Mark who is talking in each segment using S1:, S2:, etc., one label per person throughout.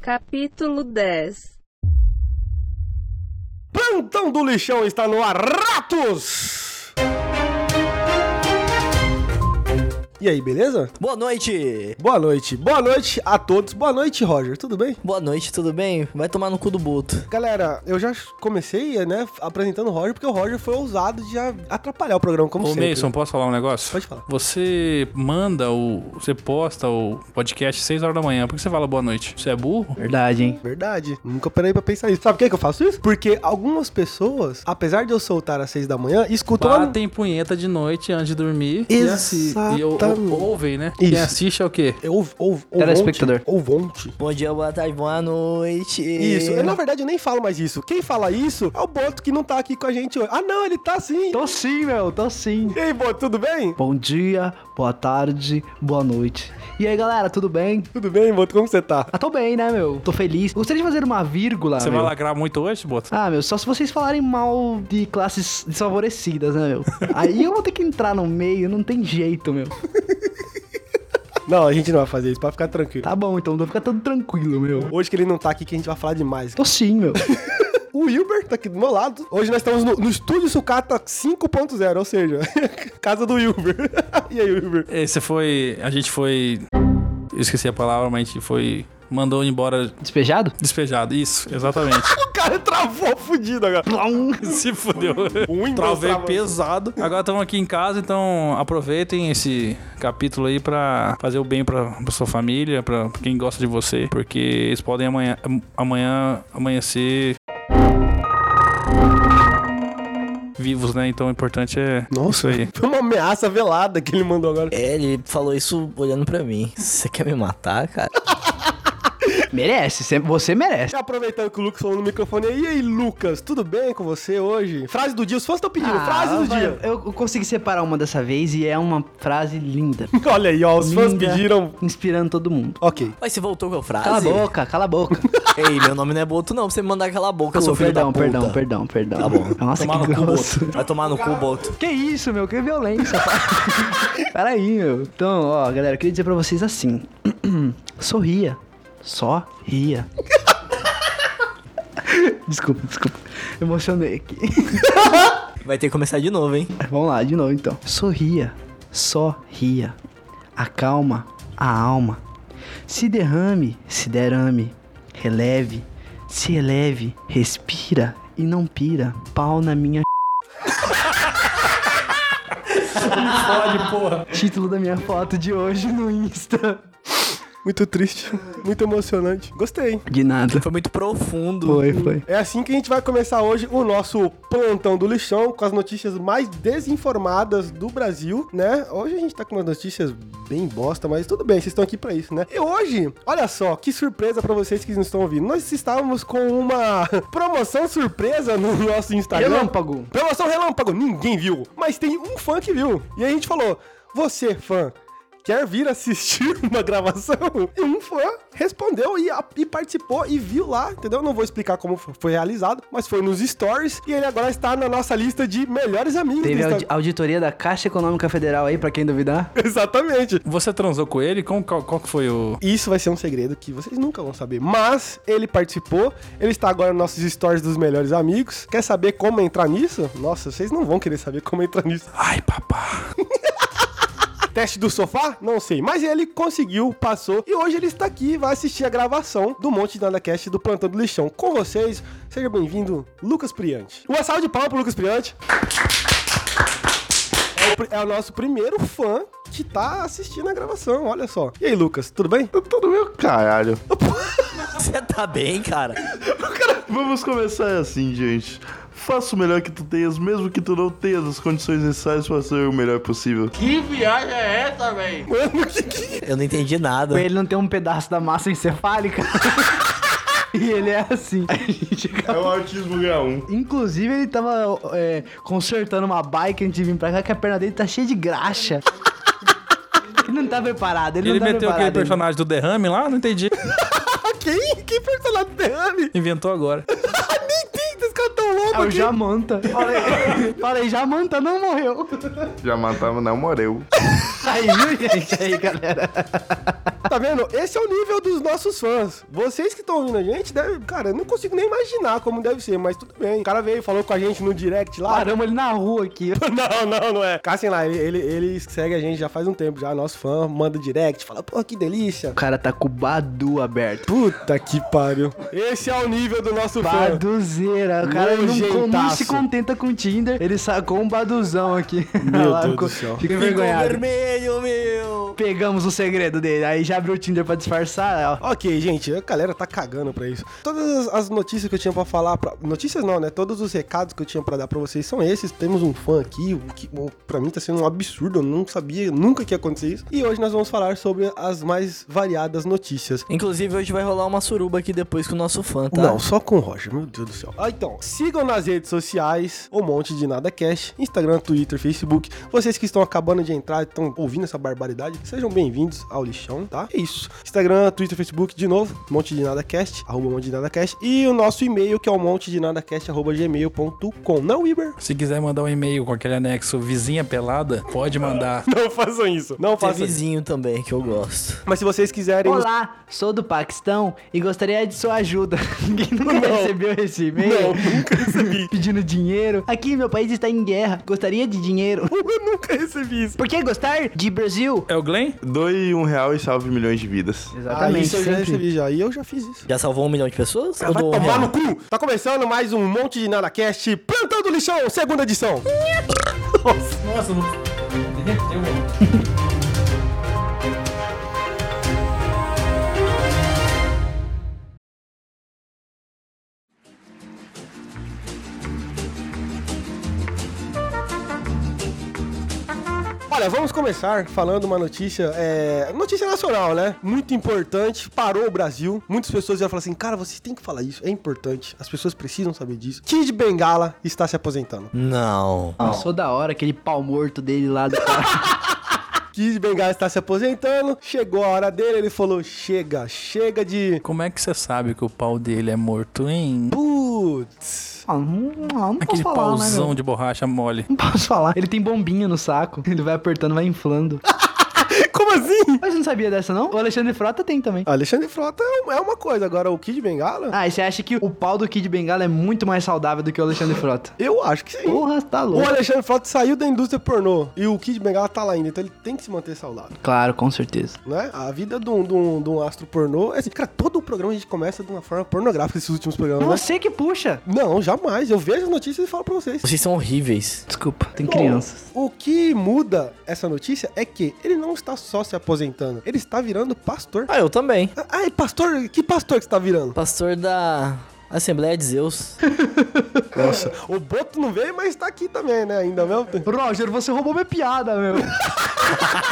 S1: Capítulo 10
S2: Plantão do Lixão está no ar, ratos! E aí, beleza?
S3: Boa noite!
S2: Boa noite, boa noite a todos, boa noite, Roger, tudo bem?
S3: Boa noite, tudo bem? Vai tomar no cu do boto.
S2: Galera, eu já comecei, né, apresentando o Roger, porque o Roger foi ousado de a- atrapalhar o programa, como
S4: Ô,
S2: sempre. né?
S4: Mason, posso falar um negócio?
S2: Pode falar.
S4: Você manda o. Você posta o podcast 6 horas da manhã. Por que você fala boa noite? Você é burro?
S3: Verdade, hein?
S2: Verdade, nunca parei pra pensar isso. Sabe por que, que eu faço isso? Porque algumas pessoas, apesar de eu soltar às seis da manhã, escutam... a-
S4: Batem punheta de noite antes de dormir. E eu,
S2: Exatamente.
S4: ouvem, né?
S2: Isso.
S4: Quem assiste é o quê?
S2: Eu ouvo, ouvo,
S3: Telespectador.
S2: Ouvonte.
S3: Bom dia, boa tarde, boa noite.
S2: Isso, eu, na verdade eu nem falo mais isso. Quem fala isso é o Boto que não tá aqui com a gente hoje. Ah, não, ele tá sim.
S5: Tô sim, meu, tô sim.
S2: E aí, Boto, tudo bem?
S5: Bom dia, boa tarde, boa noite. E aí, galera, tudo bem?
S2: Tudo bem, Boto, como você tá?
S5: Ah, tô bem, né, meu? Tô feliz. Gostaria de fazer uma vírgula,
S4: você
S5: meu.
S4: vai lacrar muito hoje, Boto?
S5: Ah, meu, só se vocês falarem mal de classes desfavorecidas, né, meu? Aí eu vou ter que entrar no meio, não tem jeito, meu.
S2: Não, a gente não vai fazer isso, pode ficar tranquilo.
S5: Tá bom, então, não fica todo tranquilo, meu.
S2: Hoje que ele não tá aqui, que a gente vai falar demais.
S5: Tô sim, meu.
S2: O Wilber tá aqui do meu lado. Hoje nós estamos no, no Estúdio Sucata 5.0, ou seja, casa do Wilber. e aí, Wilber?
S4: É, Você foi. A gente foi. Eu esqueci a palavra, mas a gente foi. Mandou embora
S5: Despejado?
S4: despejado. Isso, exatamente.
S2: O cara travou fudido agora.
S5: Plum.
S4: Se fudeu.
S2: O Windows
S4: Travei
S2: travando.
S4: pesado. Agora estamos aqui em casa, então aproveitem esse capítulo aí pra fazer o bem pra, pra sua família, pra quem gosta de você, porque eles podem amanhã, am- amanhã amanhecer vivos, né? Então o importante é
S2: Nossa,
S4: isso aí.
S2: foi uma ameaça velada que ele mandou agora.
S3: É, ele falou isso olhando pra mim. Você quer me matar, cara?
S5: Merece, sempre- você merece.
S2: Já aproveitando que o Lucas falou no microfone aí, e aí, Lucas, tudo bem com você hoje? Frase do dia, os fãs estão pedindo, frase do
S5: Ah, vai,
S2: dia.
S5: Eu consegui separar uma dessa vez e é uma frase linda.
S2: Olha aí, ó, os fãs
S5: Linda.
S2: pediram.
S5: Inspirando todo mundo.
S2: Ok.
S3: Mas você voltou com a frase?
S5: Cala a boca, cala a boca.
S3: Ei, meu nome não é Boto, não. Pra você me mandar aquela boca, seu
S5: Pô,
S3: filho
S5: perdão,
S3: da puta.
S5: perdão, perdão, perdão.
S3: Tá bom.
S5: Nossa,
S4: Tomar
S5: que
S4: no cu,
S5: grosso.
S3: Vai tomar no cu, Boto.
S5: Que isso, meu? Que violência. pai. Peraí, meu. Então, ó, galera, eu queria dizer pra vocês assim. Sorria. Só ria. desculpa, desculpa. Emocionei aqui.
S3: Vai ter que começar de novo, hein?
S5: Vamos lá, de novo então. Sorria. Só ria. Acalma a alma. Se derrame, se derame. Releve, se eleve. Respira e não pira. Pau na minha. Pode, porra. Título da minha foto de hoje no Insta.
S2: Muito triste, muito emocionante. Gostei.
S5: De nada.
S3: Foi muito profundo.
S5: Foi, foi.
S2: É assim que a gente vai começar hoje o nosso plantão do lixão com as notícias mais desinformadas do Brasil, né? Hoje a gente tá com umas notícias bem bosta, mas tudo bem, vocês estão aqui pra isso, né? E hoje, olha só, que surpresa pra vocês que não estão ouvindo. Nós estávamos com uma promoção surpresa no nosso Instagram.
S5: Relâmpago.
S2: Promoção relâmpago, ninguém viu, mas tem um fã que viu. E a gente falou: "Você, fã, quer vir assistir uma gravação?" E um fã respondeu e, a- e participou e viu lá, entendeu? Não vou explicar como fo- foi realizado, mas foi nos stories e ele agora está na nossa lista de melhores amigos
S5: Teve
S2: do
S5: audi-
S2: Instagram.
S5: auditoria da Caixa Econômica Federal aí, pra quem duvidar.
S2: Exatamente.
S4: Você transou com ele? Como, qual, qual que foi o.
S2: Isso vai ser um segredo que vocês nunca vão saber. Mas ele participou, ele está agora nos nossos stories dos melhores amigos. Quer saber como entrar nisso? Nossa, vocês não vão querer saber como entrar nisso.
S4: Ai, papá.
S2: Teste do sofá? Não sei. Mas ele conseguiu, passou. E hoje ele está aqui e vai assistir a gravação do Monte Nada Cast do Plantão do Lixão. Com vocês, seja bem-vindo, Lucas Priante. Uma salva de palmas pro Lucas Priante. É o pri- É o nosso primeiro fã que tá assistindo a gravação, olha só. E aí, Lucas, tudo bem?
S6: Tá no meu caralho.
S3: Você tá bem, cara?
S6: Vamos começar assim, gente. Faça o melhor que tu tenhas, mesmo que tu não tenhas as condições necessárias para ser o melhor possível.
S2: Mano, que que...
S3: Eu não entendi nada.
S5: Ele não tem um pedaço da massa encefálica. e ele é assim. A gente
S6: É o autismo um. grau 1.
S5: Inclusive, ele tava é, consertando uma bike antes de vir pra cá, que a perna dele tá cheia de graxa. Ele não tá preparado, ele,
S4: Ele
S5: não tá
S4: meteu aquele
S5: preparado. ainda.
S4: personagem do derrame lá? Não entendi.
S2: Quem? Quem personagem do derrame?
S4: Inventou agora.
S2: Nem tem, esse cara tão louco
S5: É o
S2: aqui.
S5: Jamanta. Falei, falei, Jamanta não morreu.
S6: Já matava, não morreu.
S5: Aí, viu, gente? Aí, galera.
S2: Tá vendo? Esse é o nível dos nossos fãs. Vocês que estão ouvindo a gente, deve, cara, eu não consigo nem imaginar como deve ser, mas tudo bem. O cara veio e falou com a gente no direct lá.
S5: Paramos ele na rua aqui.
S2: Não, não, não é. Cassem lá, ele, ele, ele segue a gente já faz um tempo, já nosso fã, manda direct, fala, pô, que delícia.
S5: O cara tá com o Badu aberto.
S2: Puta que pariu. Esse é o nível do nosso fã.
S5: Baduzeira. O cara não,
S2: Nojentaço.
S5: não se contenta com o Tinder. Ele sacou um baduzão aqui.
S2: Meu
S5: Lá
S2: Deus
S5: ficou-
S2: do céu.
S5: Fica
S3: Ficou
S5: é envergonhado.
S3: vermelho, meu!
S5: Pegamos o segredo dele. Aí já abriu o Tinder pra disfarçar. Ó.
S2: Ok, gente, a galera tá cagando pra isso. Todas as, as notícias que eu tinha pra falar, pra- notícias não, né? Todos os recados que eu tinha pra dar pra vocês são esses. Temos um fã aqui, o que bom, pra mim tá sendo um absurdo, eu não sabia nunca que ia acontecer isso. E hoje nós vamos falar sobre as mais variadas notícias.
S3: Inclusive, hoje vai rolar uma suruba aqui depois com o nosso fã, tá?
S2: Não, só com o Roger, meu Deus do céu. Ah, então, sigam nas redes sociais o Monte de Nada Cash, Instagram, Twitter, Facebook. Vocês que estão acabando de entrar, estão ouvindo essa barbaridade, sejam bem-vindos ao lixão, tá? É isso. Instagram, Twitter, Facebook, de novo, um Monte de Nada Cast, arroba um Monte de Nada Cast, e o nosso e-mail, que é o monte de nada cast, arroba gmail.com. Não, Iber?
S4: Se quiser mandar um e-mail com aquele anexo vizinha pelada, pode mandar.
S2: Não façam isso. Não
S3: Tem
S2: façam isso.
S3: vizinho também, que eu gosto.
S2: Mas se vocês quiserem... nos-
S5: Olá, sou do Paquistão e gostaria de sua ajuda. Ninguém nunca
S2: Não.
S5: recebeu esse e-mail?
S2: Não, nunca recebi.
S5: Pedindo dinheiro. Aqui, meu país está em guerra. Gostaria de dinheiro.
S2: Eu nunca recebi isso.
S5: Por que gostar de Brasil?
S4: É o Glenn?
S6: Doe um real e salve milhões de vidas.
S2: Ah, isso eu já
S5: sempre.
S2: recebi já, e eu já fiz isso.
S3: Já salvou um milhão de pessoas?
S2: Ah,
S3: Ou
S2: Vai
S3: do um
S2: tomar
S3: real?
S2: no cu! Tá começando mais um Monte de Nada Cast, Plantando Lixão, segunda edição.
S4: Nossa, derreteu, mano.
S2: Olha, vamos começar falando uma notícia, é, notícia nacional, né? Muito importante, parou o Brasil. Muitas pessoas já falam assim, cara, você tem que falar isso, é importante, as pessoas precisam saber disso. Kid Bengala está se aposentando.
S3: Não.
S5: Passou da hora aquele pau morto dele lá do cara.
S2: Kid Bengala está se aposentando, chegou a hora dele, ele falou, chega, chega de...
S4: Como é que você sabe que o pau dele é morto, hein?
S2: Putz...
S5: Ah, não, não, não posso
S4: Aquele
S5: falar, né?
S4: pauzão
S5: meu?
S4: de borracha mole.
S5: Não posso falar. Ele tem bombinha no saco. Ele vai apertando, vai inflando.
S2: Como assim?
S5: Mas você não sabia dessa, não? O Alexandre Frota tem também.
S2: Alexandre Frota é um- é uma coisa, agora o Kid Bengala,
S5: Ah, e você acha que o pau do Kid Bengala é muito mais saudável do que o Alexandre Frota?
S2: eu acho que sim.
S5: Porra, tá
S2: O
S5: louco.
S2: Alexandre Frota saiu da indústria pornô e o Kid Bengala tá lá ainda, então ele tem que se manter saudável,
S5: Claro, com certeza.
S2: né? A vida de um, de um- de um astro pornô é assim, cara, todo o programa a gente começa de uma forma pornográfica esses últimos programas, né?
S5: Você que puxa.
S2: Não, jamais. Eu vejo as notícias e falo pra vocês.
S3: Vocês são horríveis.
S5: Desculpa, tem crianças.
S2: O que muda essa notícia é que ele não está só se aposentando, ele está virando pastor.
S3: Ah, eu também.
S2: Ah, é pastor? Que pastor que você tá virando?
S3: Pastor da Assembleia de Zeus.
S2: Nossa, o Boto não veio, mas tá aqui também, né? Ainda mesmo.
S5: Roger, você roubou minha piada, meu.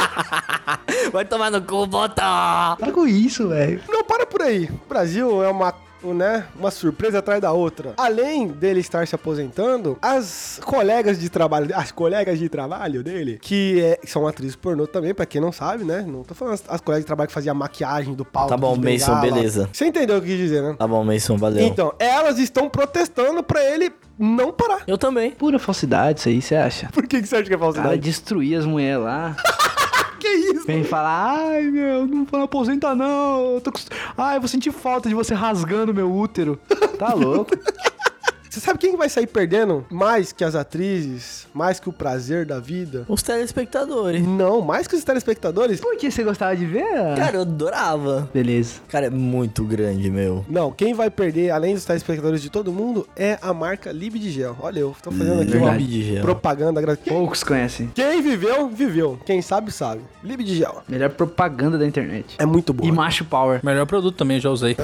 S3: Vai tomar no cu, bota!
S5: Para com isso, velho.
S2: Não para por aí. O Brasil é uma, um, né, uma surpresa atrás da outra. Além dele estar se aposentando, as colegas de trabalho, as colegas de trabalho dele, que é- são atrizes pornô também, pra quem não sabe, né? Não tô falando as, as colegas de trabalho que faziam a maquiagem do pau.
S3: Tá
S2: do
S3: bom,
S2: Kid
S3: Mason,
S2: Bengala.
S3: beleza.
S2: Você entendeu o que eu quis dizer, né?
S3: Tá bom, Mason, valeu.
S2: Então, elas estão protestando pra ele não parar.
S3: Eu também.
S5: Pura falsidade isso aí, você acha?
S2: Por que, que você acha que é
S5: Cara,
S2: falsidade?
S5: destruir as mulheres lá.
S2: que isso?
S5: Vem falar, ai meu, não vou aposenta não. Eu tô com... Ai, eu vou sentir falta de você rasgando meu útero. Tá louco?
S2: Você sabe quem vai sair perdendo mais que as atrizes, mais que o prazer da vida?
S3: Os telespectadores.
S2: Não, mais que os telespectadores?
S5: Por que você gostava de ver?
S3: Cara, eu adorava.
S5: Beleza.
S3: Cara, é muito grande, meu.
S2: Não, quem vai perder, além dos telespectadores de todo mundo, é a marca Libdigel. Olha, eu tô fazendo aqui uma
S3: Verdade. Libdigel.
S2: propaganda gratuita.
S5: Poucos conhecem.
S2: Quem viveu, viveu. Quem sabe, sabe. Libdigel.
S5: Melhor propaganda da internet.
S2: É muito bom.
S5: E macho power.
S4: Melhor produto também, já usei.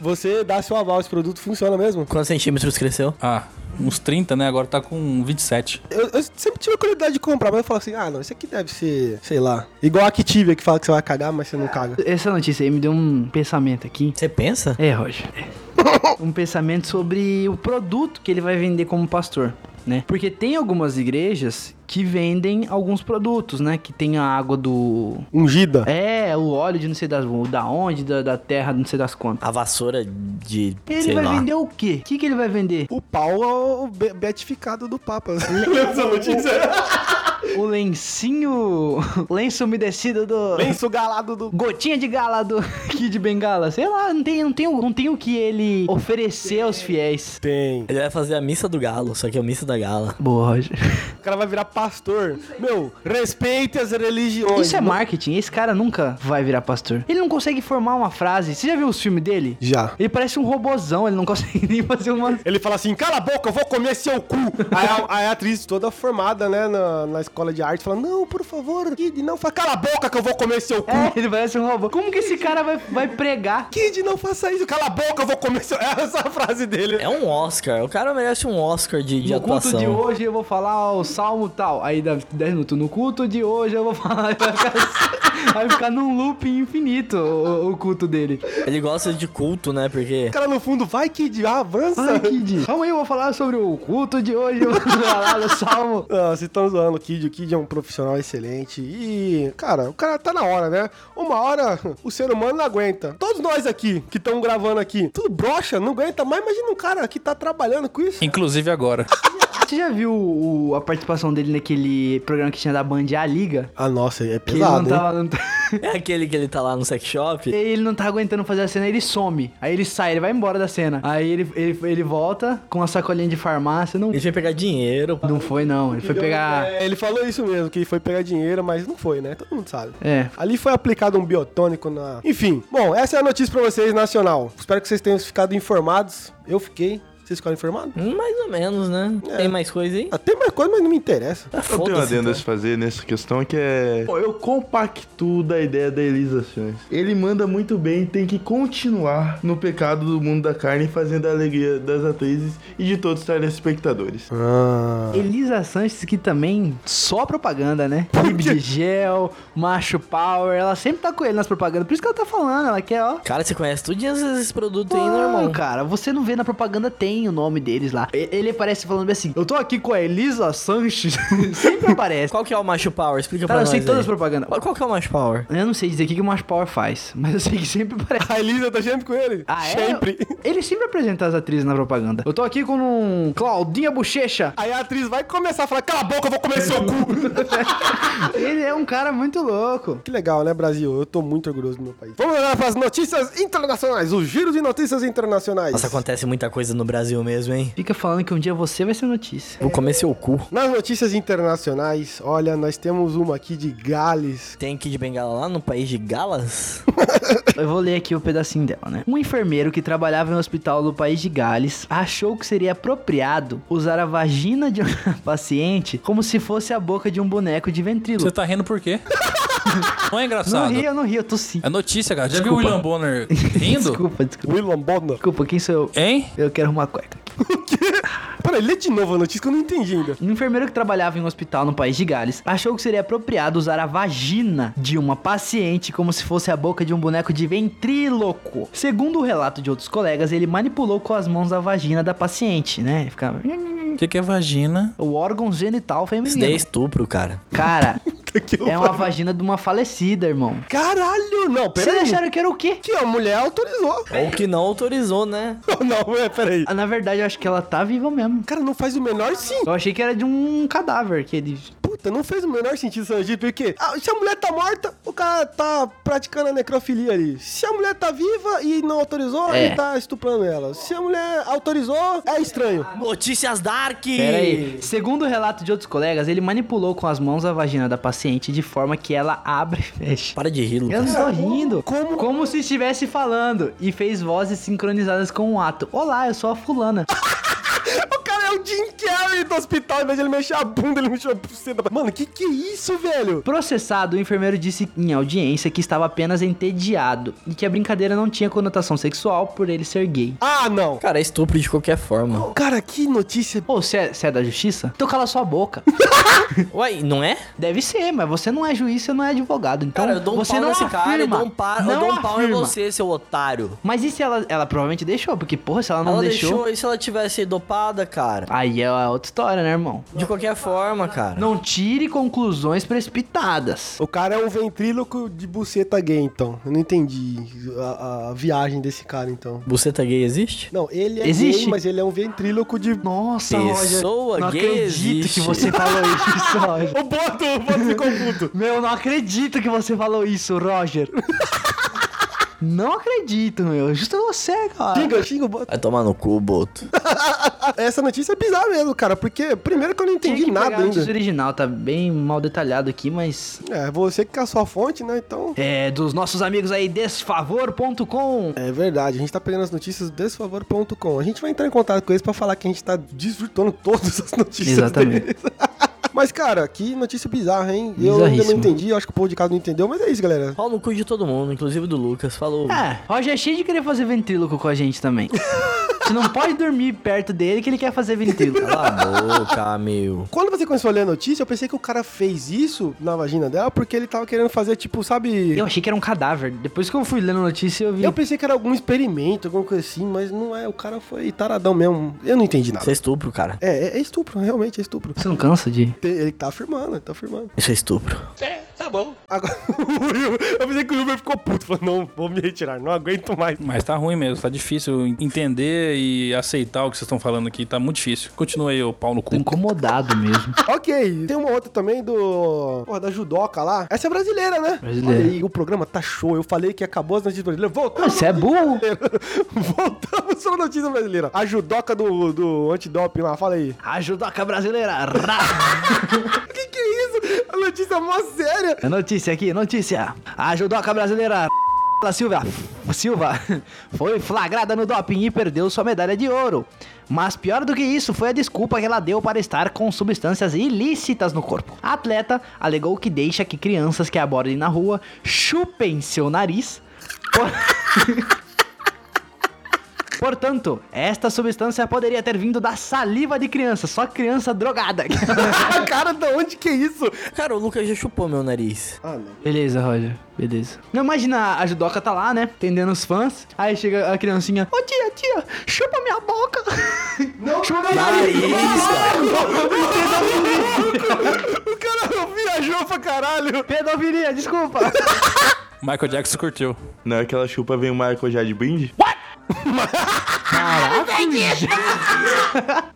S2: Você dá seu aval, esse produto funciona mesmo?
S3: Quantos centímetros cresceu?
S4: Ah, uns 30, né? Agora tá com 27.
S2: Eu, eu sempre tive a curiosidade de comprar, mas eu falo assim, ah, não, isso aqui deve ser, sei lá, igual a Activia que fala que você vai cagar, mas você não caga.
S5: Essa notícia aí me deu um pensamento aqui.
S3: Você pensa?
S5: É, Roger. Um pensamento sobre o produto que ele vai vender como pastor, né? Porque tem algumas igrejas que vendem alguns produtos, né? Que tem a água do
S2: Ungida.
S5: É, o óleo de não sei das, da onde, da, da terra, não sei das quantas.
S3: A vassoura de.
S5: Ele
S3: sei
S5: vai
S3: lá.
S5: vender o quê? O que, que ele vai vender?
S6: assim.
S2: O pau é o be- beatificado do Papa. Lembra dessa notícia?
S5: O lencinho. Lenço umedecido do.
S2: Lenço galado do.
S5: Gotinha de gala do Kid Bengala. Sei lá, não tem, não tem, o- não tem o que ele oferecer aos fiéis.
S2: Tem.
S3: Ele vai fazer a missa do galo, só que é a missa da gala.
S5: Boa, Roger.
S2: O cara vai virar pastor. Meu, respeite as religiões.
S5: Isso é marketing. Esse cara nunca vai virar pastor. Ele não consegue formar uma frase. Você já viu os filmes dele?
S2: Já.
S5: Ele parece um robozão. Ele não consegue nem fazer uma.
S2: Ele fala assim, cala a boca, eu vou comer seu cu. Aí a, aí a atriz toda formada, né, na, na escola de arte, fala, não, por favor, Kid, não, fa... cala a boca que eu vou comer seu cu.
S5: É, ele parece um robô. Como que esse cara vai, vai pregar?
S2: Kid, não faça isso, cala a boca, eu vou comer seu... Essa é a frase dele.
S3: É um Oscar. O cara merece um Oscar de, de
S5: no culto
S3: atuação.
S5: de hoje eu vou falar o salmo tal. Aí dá 10 minutos. No culto de hoje eu vou falar. Vai ficar, vai ficar num loop infinito o, o culto dele.
S3: Ele gosta de culto, né? Porque.
S2: O cara no fundo, vai, Kid, avança.
S5: Ai, Kid. Calma aí, eu vou falar sobre o culto de hoje. Eu vou falar do salmo.
S2: Ah, vocês estão zoando o Kid. O Kid é um profissional excelente. E, cara, o cara tá na hora, né? Uma hora o ser humano não aguenta. Todos nós aqui que estão gravando aqui, tudo brocha, não aguenta mais. Imagina um cara que tá trabalhando com isso.
S4: Inclusive agora.
S5: Você já viu o- a participação dele naquele programa que tinha da Band A Liga?
S2: Ah, nossa, é
S5: Que ele não
S2: pesado, hein?
S5: tava. não tá-
S3: É aquele que ele tá lá no sex shop.
S5: Ele não tá aguentando fazer a cena, ele some. Aí ele sai, ele vai embora da cena. Aí ele, ele, ele volta com a sacolinha de farmácia. Não,
S3: Ele vai pegar dinheiro.
S5: não foi, não. Ele foi pegar.
S2: É, ele falou isso mesmo, que foi pegar dinheiro, mas não foi, né? Todo mundo sabe.
S5: É.
S2: Ali foi aplicado um biotônico na. Enfim, bom, essa é a notícia pra vocês, nacional. Espero que vocês tenham ficado informados. Eu fiquei. Vocês ficaram informados?
S3: Mais ou menos, né? Tem mais coisa aí?
S2: Ah, Tem mais coisa, mas não me interessa.
S3: Ah,
S6: Eu tenho uma
S3: Foda-se.
S6: adenda a
S3: então.
S6: se fazer nessa questão que é. Pô, eu compactuo da ideia da Elisa Sanches. Ele manda muito bem, tem que continuar no pecado do mundo da carne, fazendo a alegria das atrizes e de todos os telespectadores.
S2: Ah.
S5: Elisa Sanches, que também só propaganda, né? Bibi de gel, macho power, ela sempre tá com ele nas propagandas. Por isso que ela tá falando, ela quer, ó.
S3: Cara, você conhece tudinho esses produtos aí,
S5: Não,
S3: né, irmão?
S5: cara, você não vê na propaganda, tem o nome deles lá. E- Ele aparece falando bem assim, eu tô aqui com a Elisa Sanches. sempre aparece.
S3: Qual que é o macho power? Explica
S5: Cara, eu
S3: pra nós
S5: sei todas as
S3: aí.
S5: propagandas.
S3: Qual- Qual que é o macho power?
S5: Eu não sei dizer o que que o macho power faz, mas eu sei que sempre aparece.
S2: A Elisa tá sempre com ele?
S5: Ah, é?
S2: Sempre.
S5: Ele sempre apresenta as atrizes na propaganda. Eu tô aqui com um Claudinha Bochecha.
S2: Aí a atriz vai começar a falar: cala a boca, eu vou comer seu cu.
S5: Ele é um cara muito louco.
S2: que legal, né, Brasil? Eu tô muito orgulhoso do meu país. Vamos lá para as notícias internacionais o giro de notícias internacionais.
S3: Nossa, acontece muita coisa no Brasil mesmo, hein?
S5: Fica falando que um dia você vai ser notícia.
S3: Vou comer seu cu.
S2: Nas notícias internacionais, olha, nós temos uma aqui de Gales.
S3: Tem Kid Bengala lá no país de Galas?
S5: Eu vou ler aqui o pedacinho dela, né? Um enfermeiro que trabalhava em um hospital do país de Gales achou que seria apropriado usar a vagina de uma paciente como se fosse a boca de um boneco de
S4: Você
S5: ventrilo.
S4: tá rindo por quê? Não é
S5: Não
S4: engraçado.
S5: ri, eu não ri, eu tossi.
S4: É notícia, cara. Já viu o William Bonner rindo?
S5: Desculpa, desculpa.
S2: William Bonner.
S5: Desculpa, quem sou eu?
S4: hein?
S5: Eu quero arrumar a cueca.
S2: Peraí, lê de novo a notícia que eu não entendi ainda.
S5: Um enfermeiro que trabalhava em um hospital no país de Gales achou que seria apropriado usar a vagina de uma paciente como se fosse a boca de um boneco de ventríloco. Segundo o relato de outros colegas, ele manipulou com as mãos a vagina da paciente, né? Ele Ficava
S4: O que, que é vagina?
S5: o órgão genital
S3: Isso daí é
S5: feminino.
S3: estupro, cara.
S5: Cara,
S2: Que eu
S5: é uma
S2: falo.
S5: vagina de uma falecida, irmão.
S2: Caralho, não,
S5: Vocês
S2: peraí.
S5: acharam que era o quê?
S2: Que a mulher autorizou.
S3: Ou que não autorizou, né?
S2: não, é, peraí.
S5: Ah, Na verdade, eu acho que ela tá viva mesmo.
S2: Cara, não faz o menor sentido.
S5: Eu achei que era de um cadáver que ele
S2: Puta, não fez o menor sentido essa notícia, porque ah, se a mulher tá morta, o cara tá praticando a necrofilia ali. Se a mulher tá viva e não autorizou,
S5: É.
S2: ele tá estuprando ela. Se a mulher autorizou, é estranho.
S3: Notícias Dark!
S5: Pera aí. Segundo o relato de outros colegas, ele manipulou com as mãos a vagina da paciente de forma que ela abre e fecha.
S3: Para de rir,
S5: Eu
S3: Lucas.
S5: não tô rindo.
S2: Como?
S5: Como se estivesse falando. E fez vozes sincronizadas com o ato. Olá, eu sou a fulana.
S2: O cara é o Jim Carrey do hospital, ao invés de ele mexer a bunda, ele mexeu a buceta. Mano, que que é isso, velho?
S5: Processado, o enfermeiro disse em audiência que estava apenas entediado e que a brincadeira não tinha conotação sexual por ele ser gay.
S2: Ah, não.
S3: Cara, é estupro de qualquer forma.
S2: Cara, que notícia.
S5: Ô, você é, você é da justiça? Então cala sua boca.
S3: Uai, não é?
S5: Deve ser, mas você não é juiz, você não é advogado. Então
S3: Cara, eu dou um
S5: você
S3: pau
S5: não
S3: nesse
S5: afirma,
S3: cara, eu dou um, pa- eu
S5: não
S3: dou um pau em
S5: afirma.
S3: você, seu otário.
S5: Mas e se ela, ela provavelmente deixou? Porque, porra, se ela não
S3: Ela
S5: deixou,
S3: deixou, e se ela tivesse dopada, cara?
S5: Aí é outra outra história, né, irmão?
S3: De qualquer forma, cara.
S5: Não tire conclusões precipitadas.
S2: O cara é um ventríloco de buceta gay, então. Eu não entendi a, a viagem desse cara, então.
S3: Buceta tá gay existe?
S2: Não, ele é
S5: Existe?
S2: gay, mas ele é um ventríloco de...
S5: Nossa, Roger.
S3: Pessoa
S5: Não
S3: gay
S5: acredito
S3: existe.
S5: que você falou isso, Roger.
S2: O Boto, o Boto ficou puto.
S5: Meu, não acredito que você falou isso, Roger. não acredito, meu. Justo você, cara.
S2: Xinga, xinga o Boto.
S3: Vai tomar no cu, Boto.
S2: Ah, Essa notícia é bizarra mesmo, cara, porque primeiro que eu não
S5: Tinha
S2: entendi
S5: que
S2: nada
S5: pegar antes do
S2: ainda.
S5: original, tá bem mal detalhado aqui, mas...
S2: É, você que caçou a fonte, né? Então.
S5: É, dos nossos amigos aí, desfavor.com.
S2: É verdade, a gente tá pegando as notícias desfavor.com. A gente vai entrar em contato com eles pra falar que a gente tá desvirtuando todas as notícias.
S5: Exatamente.
S2: deles. mas, cara, que notícia bizarra, hein? Eu ainda não
S5: Bizarríssimo.
S2: entendi, eu acho que o povo de casa não entendeu, mas é isso, galera.
S3: Pau no cu de todo mundo, inclusive do Lucas. Falou.
S5: É, Roger é cheio de querer fazer ventríloco com a gente também. Você não pode dormir perto dele que ele quer fazer ventríloco.
S3: Cala a boca, meu.
S2: Quando você começou a ler a notícia, eu pensei que o cara fez isso na vagina dela porque ele tava querendo fazer, tipo, sabe.
S5: Eu
S2: Eu,
S5: achei que era um cadáver. Depois que eu fui lendo a notícia, eu vi.
S2: pensei que era algum experimento, alguma coisa assim, mas não é. O cara foi taradão mesmo. Eu não entendi nada.
S3: Isso é estupro, cara.
S2: É, é- é estupro, realmente é estupro.
S5: Você não cansa de.
S2: Tem- Ele tá afirmando, ele tá afirmando.
S3: Isso é estupro.
S2: Agora, o Will, eu pensei que o Wilber ficou puto. Falou, não, vou me retirar, não aguento mais.
S4: Mas tá ruim mesmo, tá difícil entender e aceitar o que vocês estão falando aqui, tá muito difícil. Continua aí, ô pau no
S5: Tô
S4: cu.
S5: incomodado mesmo.
S2: ok, tem uma outra também do. Porra, da Judoca lá. Essa é brasileira, né?
S5: Brasileira.
S2: Olha aí, o programa tá show. Eu falei que acabou as notícias brasileiras. Voltamos.
S5: Você é burro.
S2: Voltamos pra notícia brasileira. A Judoca do, do antidoping lá, fala aí.
S5: A judoca brasileira. Rá.
S2: Que que é isso? A notícia é mó séria.
S5: É notícia aqui, notícia. A judoca brasileira. Da Silva, Silva foi flagrada no doping e perdeu sua medalha de ouro. Mas pior do que isso foi a desculpa que ela deu para estar com substâncias ilícitas no corpo. A atleta alegou que deixa que crianças que abordem na rua chupem seu nariz. por- Portanto, esta substância poderia ter vindo da saliva de criança, só criança drogada.
S2: A cara, da onde que é isso?
S3: Cara, o Lucas já chupou meu nariz.
S2: Ah, não.
S5: Beleza, Roger. Beleza. Não, imagina a judoca tá lá, né? Atendendo os fãs. Aí chega a criancinha. Ô tia, tia, chupa minha boca. Não, chupa minha
S3: Nariz, cara.
S2: O cara viajou pra caralho.
S5: Pedofilia, desculpa.
S4: Michael Jackson curtiu.
S6: Na hora que ela chupa, vem o Michael já de brinde.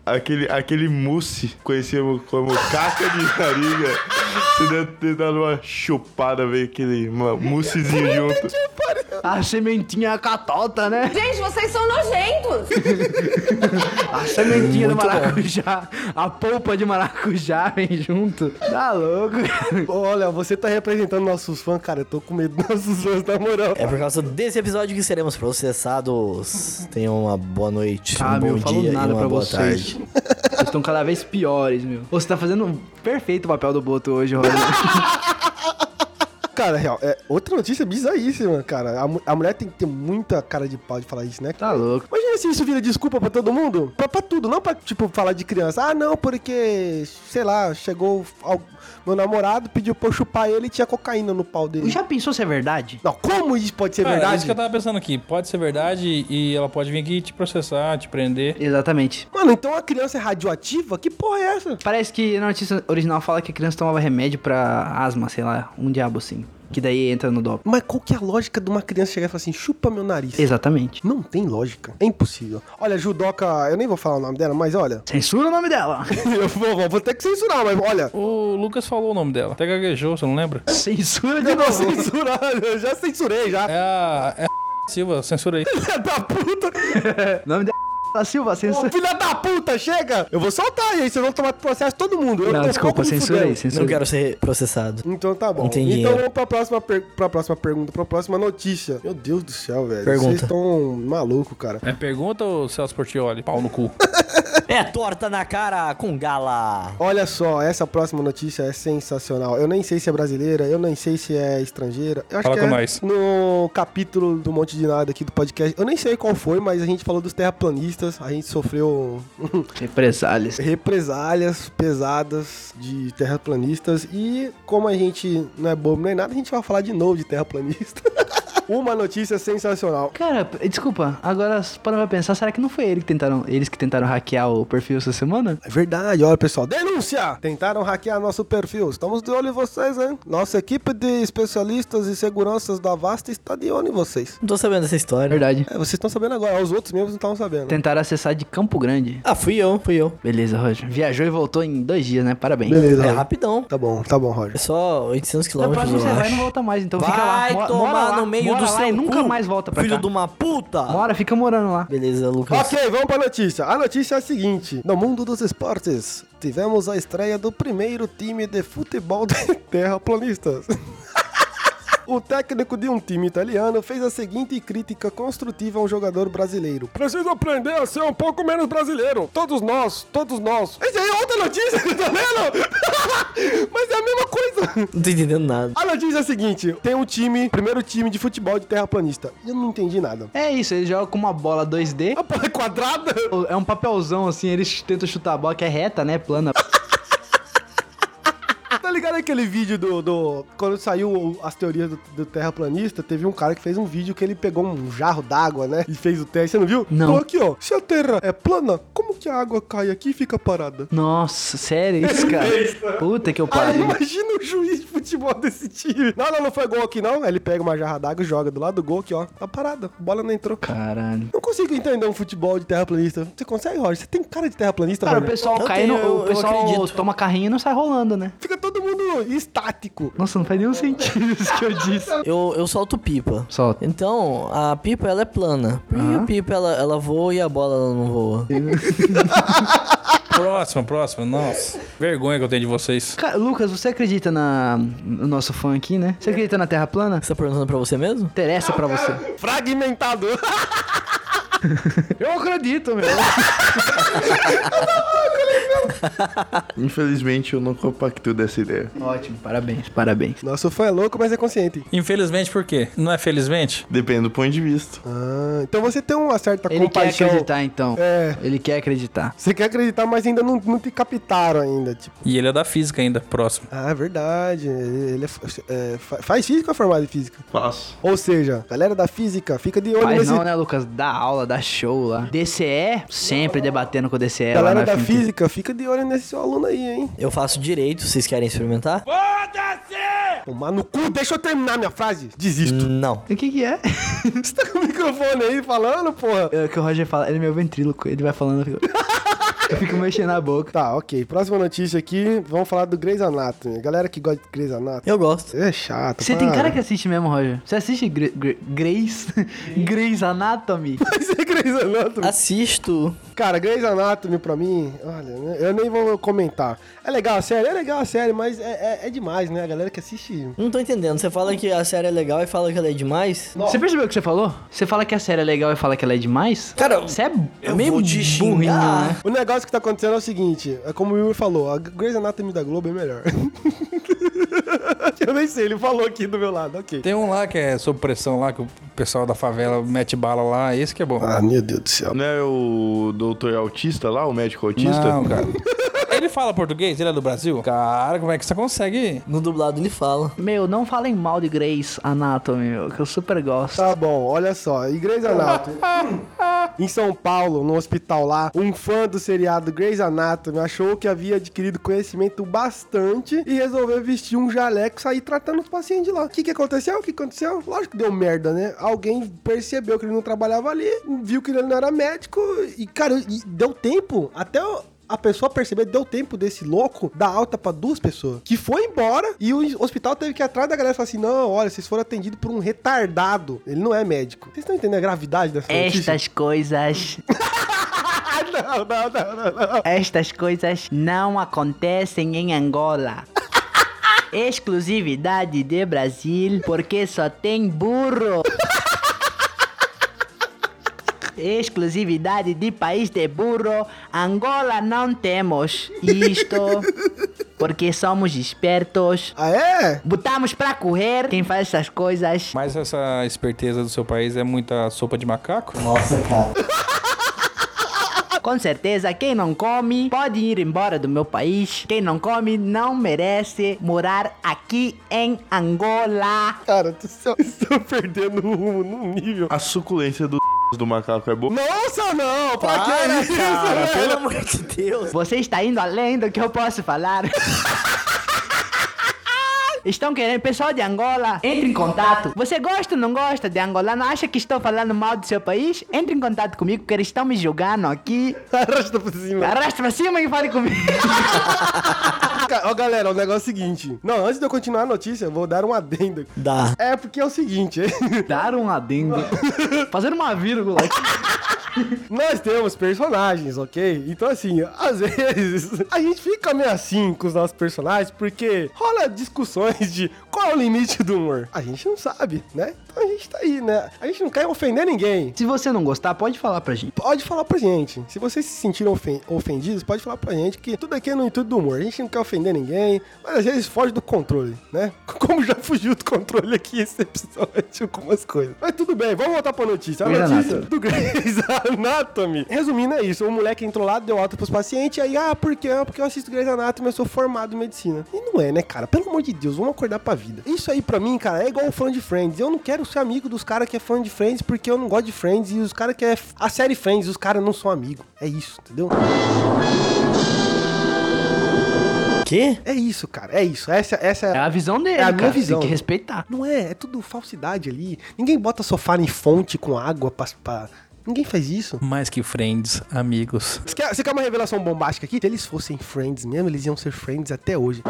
S6: Aquele, aquele mousse, conhecido como caca de nariga. Você deve ter dado uma chupada, velho, aquele uma moussezinho junto.
S5: a sementinha catota, né?
S1: Gente, vocês são nojentos!
S5: A sementinha do
S3: Muito bom.
S5: maracujá. A polpa de maracujá vem junto. Tá louco, cara.
S2: Olha, você tá representando nossos fãs, cara. Eu tô com medo dos nossos fãs, na moral.
S3: É por causa desse episódio que seremos processados. Tenha uma boa noite,
S5: Ah, meu,
S3: um bom
S5: eu falo
S3: dia
S5: nada pra
S3: e uma boa
S5: vocês.
S3: tarde.
S5: Vocês estão cada vez piores, meu. Ô, Você tá fazendo perfeito o papel do Boto hoje, Roger.
S2: Cara, real, é outra notícia bizarríssima, cara. A, mu- a mulher tem que ter muita cara de pau de falar isso, né?
S5: Tá louco.
S2: Imagina se isso vira desculpa pra todo mundo. Pra, pra tudo, não pra, tipo, falar de criança. Ah, não, porque, sei lá, chegou al- meu namorado, pediu pra eu chupar ele e tinha cocaína no pau dele.
S5: Já pensou se é verdade?
S2: Não, como isso pode ser
S4: Cara, é
S2: verdade?
S4: isso que eu tava pensando aqui. Pode ser verdade e ela pode vir aqui te processar, te prender.
S5: Exatamente.
S2: Mano, então a criança é radioativa? Que porra é essa?
S5: Parece que na notícia original fala que a criança tomava remédio pra asma, sei lá, um diabo assim. Que daí entra no doping.
S2: Mas qual que é a lógica de uma criança chegar e falar assim, chupa meu nariz?
S5: Exatamente.
S2: Não tem lógica. É impossível. Olha, judoca, eu nem vou falar o nome dela, mas olha.
S5: Censura o nome dela.
S2: eu vou, vou ter que censurar, mas olha.
S4: O Lucas falou o nome dela. Até gaguejou, você não lembra?
S5: Censura de
S2: Eu vou
S5: novo.
S2: censurar, eu já censurei já.
S4: É a, é a Silva, censura aí.
S2: Filha da puta!
S5: nome dela é Silva,
S2: Ô,
S5: censura.
S2: filha da puta, chega! Eu vou soltar aí, vocês vão tomar processo todo mundo. Eu
S5: Não,
S2: tô
S5: desculpa,
S2: pouco me
S5: censura aí,
S2: fudendo.
S5: censura.
S3: Não quero ser processado.
S2: Então tá bom.
S3: Entendi.
S2: Então vamos pra próxima, per... pra próxima pergunta, pra próxima notícia. Meu Deus do céu, velho.
S3: Pergunta.
S2: Vocês estão maluco, cara.
S4: É pergunta ou Celso Portioli? Pau no cu.
S3: É torta na cara com gala.
S2: Olha só, essa próxima notícia é sensacional. Eu nem sei se é brasileira, eu nem sei se é estrangeira. Eu acho
S4: Fala
S2: que
S4: com
S2: é
S4: nós.
S2: no capítulo do Monte de Nada aqui do podcast. Eu nem sei qual foi, mas a gente falou dos terraplanistas, a gente sofreu
S5: Represálias.
S2: represálias pesadas de terraplanistas e como a gente não é bobo nem nada, a gente vai falar de novo de terraplanista. Uma notícia sensacional.
S5: Cara, p- desculpa, agora para pra pensar, será que não foi ele que tentaram, eles que tentaram hackear o perfil essa semana?
S2: É verdade, olha pessoal, denúncia! Tentaram hackear nosso perfil, estamos de olho em vocês, hein? Nossa equipe de especialistas e seguranças da Vasta está de olho em vocês.
S3: Não tô sabendo
S5: É
S3: dessa história.
S5: verdade.
S2: É, vocês estão sabendo agora, os outros membros não estavam sabendo.
S5: Tentaram acessar de Campo Grande.
S3: Ah, fui eu, fui eu.
S5: Beleza, Roger. Viajou e voltou em dois dias, né? Parabéns.
S2: Beleza,
S3: É
S2: Roger.
S3: rapidão.
S2: Tá bom, tá bom,
S3: É
S2: Roger.
S3: só 800
S5: Na
S3: quilômetros,
S5: próxima
S3: eu
S5: você vai e não
S3: acho.
S5: volta mais, então fica lá.
S3: Vai
S5: Mo-
S3: tomar
S5: mora lá,
S3: no meio
S5: mora
S3: do
S5: lá
S3: seu
S5: e nunca
S3: cu,
S5: mais volta pra
S3: Filho
S5: cá.
S3: de uma puta.
S5: Mora, fica morando lá.
S3: Beleza, Lucas.
S2: Ok, vamos pra notícia. A notícia é a seguinte: No mundo dos esportes, tivemos a estreia do primeiro time de futebol de terraplanistas. O técnico de um time italiano fez a seguinte crítica construtiva a um jogador brasileiro. Preciso aprender a ser um pouco menos brasileiro. Todos nós, todos nós. Essa aí é outra notícia, tá vendo? Mas é a mesma coisa.
S3: Não tô entendendo nada.
S2: A notícia é a seguinte: tem um time, primeiro time de futebol de terraplanista. Eu não entendi nada.
S5: É isso, ele joga com uma bola 2D.
S2: A bola é quadrada?
S5: É um papelzão assim, eles tentam chutar a bola que é reta, né? Plana.
S2: Tá ligado aquele vídeo do. do- quando saiu o- as teorias do, do terraplanista, teve um cara que fez um vídeo que ele pegou um jarro d'água, né? E fez o teste. Você não viu?
S5: Não.
S2: Falou aqui, ó. Se a terra é plana, como que a água cai aqui e fica parada?
S5: Nossa, sério isso, cara? Puta que eu
S2: Aí
S5: pariu.
S2: imagina o juiz de futebol desse time. Não, não, não foi gol aqui, não. Aí ele pega uma jarra d'água e joga do lado do gol aqui, ó. Tá parada. A bola não entrou.
S5: Caralho.
S2: Não consigo entender um futebol de terraplanista. Você consegue, Roger? Você tem cara de terraplanista,
S5: Cara, o
S2: Roger?
S5: pessoal
S3: Eu
S5: cai no.
S3: tenho-
S5: o
S3: eu
S5: pessoal
S3: acredito.
S5: toma carrinho e não sai rolando, né?
S2: Fica todo mundo estático.
S5: Nossa, não faz nenhum sentido isso que eu disse.
S3: Eu, eu solto pipa.
S5: Solta.
S3: Então, a pipa ela é plana. Por que a pipa ela, ela voa e a bola ela não voa?
S4: Próxima, próxima. Nossa. Vergonha que eu tenho de vocês.
S5: Cara, Lucas, você acredita na, no nosso fã aqui, né? Você acredita na Terra plana?
S3: Você tá perguntando pra você mesmo?
S5: Interessa pra você.
S2: Fragmentado.
S5: Eu acredito, meu.
S6: Infelizmente, eu não compacto dessa ideia.
S5: Ótimo, parabéns, parabéns.
S2: Nosso fã é louco, mas é consciente.
S4: Infelizmente por quê? Não é felizmente?
S6: Depende do ponto de vista.
S2: Ah, então você tem uma certa
S5: Ele quer
S2: compaixão.
S5: acreditar, então.
S2: É.
S5: Ele quer acreditar.
S2: Você quer acreditar, mas ainda não, não te captaram ainda, tipo.
S4: E ele é da física ainda, próximo.
S2: Ah, é verdade. Ele é, f- é, fa- faz física ou é formado em física?
S6: Faço.
S2: Ou seja, galera da física, fica de olho
S5: Mas
S2: nesse...
S5: não, né, Lucas? Dá aula, dá show lá. DCE, sempre debatendo com o DCE lá
S2: galera
S5: na
S2: da
S5: FMT.
S2: física, fica de olho nesse seu aluno aí, hein?
S3: Eu faço direito, vocês querem experimentar?
S2: Tomar no cu, deixa eu terminar minha frase. Desisto.
S3: Não.
S5: O que que é?
S2: Você tá com o microfone aí falando, porra?
S5: É o que o Roger fala, ele é meu ventríloco, ele vai falando... Eu fico, eu fico mexendo a boca.
S2: Tá, ok. Próxima notícia aqui, vamos falar do Grey's Anatomy. Galera que gosta de Grey's Anatomy.
S3: Eu gosto.
S2: É chato,
S5: Você tem
S2: para.
S5: cara que assiste mesmo, Roger? Você assiste Gre Gre Grey's... Grey's Anatomy?
S2: Mas é Grey's Anatomy.
S3: Assisto.
S2: Cara, Grey's Anatomy pra mim, olha, né, eu nem vou comentar. É legal a série, é legal a série, mas é, é- é demais, né? A galera que assiste.
S3: Não tô entendendo. Você fala que a série é legal e fala que ela é demais?
S5: Você percebeu o que você falou? Você fala que a série é legal e fala que ela é demais?
S3: Cara,
S5: você é
S3: eu
S5: meio
S3: vou te
S5: burrinho,
S3: xingar.
S5: né?
S2: O negócio que tá acontecendo é o seguinte: é como o Will falou, a Grey's Anatomy da Globo é melhor. eu nem sei, ele falou aqui do meu lado, ok.
S4: Tem um lá que é sob pressão lá, que o pessoal da favela mete bala lá. Esse que é bom.
S2: Ah, meu Deus do céu.
S6: Não é o doutor autista lá, o médico autista?
S4: Não, cara. Ele fala português? Ele é do Brasil? Cara, como é que você consegue?
S3: No dublado ele fala.
S5: Meu, não falem mal de Grey's Anatomy, meu, que eu super gosto.
S2: Tá bom, olha só. E Grey's Anatomy. em São Paulo, no hospital lá, um fã do seriado Grey's Anatomy achou que havia adquirido conhecimento bastante e resolveu vestir um jaleco e sair tratando os pacientes lá. O que, que aconteceu? O que aconteceu? Lógico que deu merda, né? Alguém percebeu que ele não trabalhava ali, viu que ele não era médico e, cara, e deu tempo até o- a pessoa perceber, deu tempo desse louco dar alta pra duas pessoas. Que foi embora e o hospital teve que ir atrás da galera e falar assim: não, olha, vocês foram atendidos por um retardado. Ele não é médico. Vocês estão entendendo a gravidade dessa
S5: É
S2: notícia?
S5: Estas coisas,
S2: Ah, não, não, não, não, não.
S5: estas coisas não acontecem em Angola. Exclusividade de Brasil, porque só tem burro. Exclusividade de país de burro, Angola não temos isto, porque somos espertos.
S2: Ah, é?
S5: Botamos pra correr quem faz essas coisas.
S4: Mas essa esperteza do seu país é muita sopa de macaco?
S3: Nossa, cara.
S5: Com certeza, quem não come pode ir embora do meu país. Quem não come não merece morar aqui em Angola.
S2: Cara do céu, estão perdendo o rumo no nível.
S6: A suculência do do macaco é boa.
S2: Nossa, não! Pra que
S3: Para,
S2: isso,
S3: cara,
S2: velho?
S3: pelo amor de Deus.
S5: Você está indo além do que eu posso falar. Estão querendo, pessoal de Angola, entre em contato. Você gosta ou não gosta de angolano? Acha que estou falando mal do seu país? Entre em contato comigo, porque eles estão me julgando aqui.
S2: Arrasta pra cima.
S5: Arrasta pra cima e fale comigo.
S2: Ca- Ó, galera, o negócio é o seguinte. Não, antes de eu continuar a notícia, eu vou dar um adendo.
S3: Dá.
S2: É porque é o seguinte.
S5: Dar um adendo. Fazer uma vírgula aqui.
S2: Nós temos personagens, ok? Então, assim, às vezes a gente fica meio assim com os nossos personagens porque rola discussões de qual é o limite do humor. A gente não sabe, né? Então a gente tá aí, né? A gente não quer ofender ninguém.
S5: Se você não gostar, pode falar pra gente.
S2: Pode falar pra gente. Se vocês se sentiram ofen- ofendidos, pode falar pra gente que tudo aqui é no intuito do humor. A gente não quer ofender ninguém, mas às vezes foge do controle, né? Como já fugiu do controle aqui esse episódio com umas coisas. Mas tudo bem, vamos voltar pra notícia. A
S5: Grey's
S2: notícia
S5: Anatomy.
S2: do Grey's Anatomy. Resumindo, é isso. O moleque entrou lá, deu alta pros pacientes, aí, ah, por quê? Ah, Porque eu assisto Grey's Anatomy, eu sou formado em medicina. E não é, né, cara? Pelo amor de Deus, vamos acordar pra vida. Isso aí, pra mim, cara, é igual fã de Friends. Eu não quero ser amigo dos caras que é fã de Friends, porque eu não gosto de Friends, e os caras que é f- a série Friends, os caras não são amigos. É isso, entendeu?
S3: Quê?
S2: É isso, cara, é isso. Essa, essa
S5: É a visão dele.
S2: É a minha
S5: cara.
S2: visão.
S5: Tem que respeitar.
S2: Não é, é tudo falsidade ali. Ninguém bota sofá em fonte com água pra. pra- Ninguém faz isso.
S4: Mais que friends, amigos.
S2: Você quer, você quer uma revelação bombástica aqui? Se eles fossem friends mesmo, eles iam ser friends até hoje.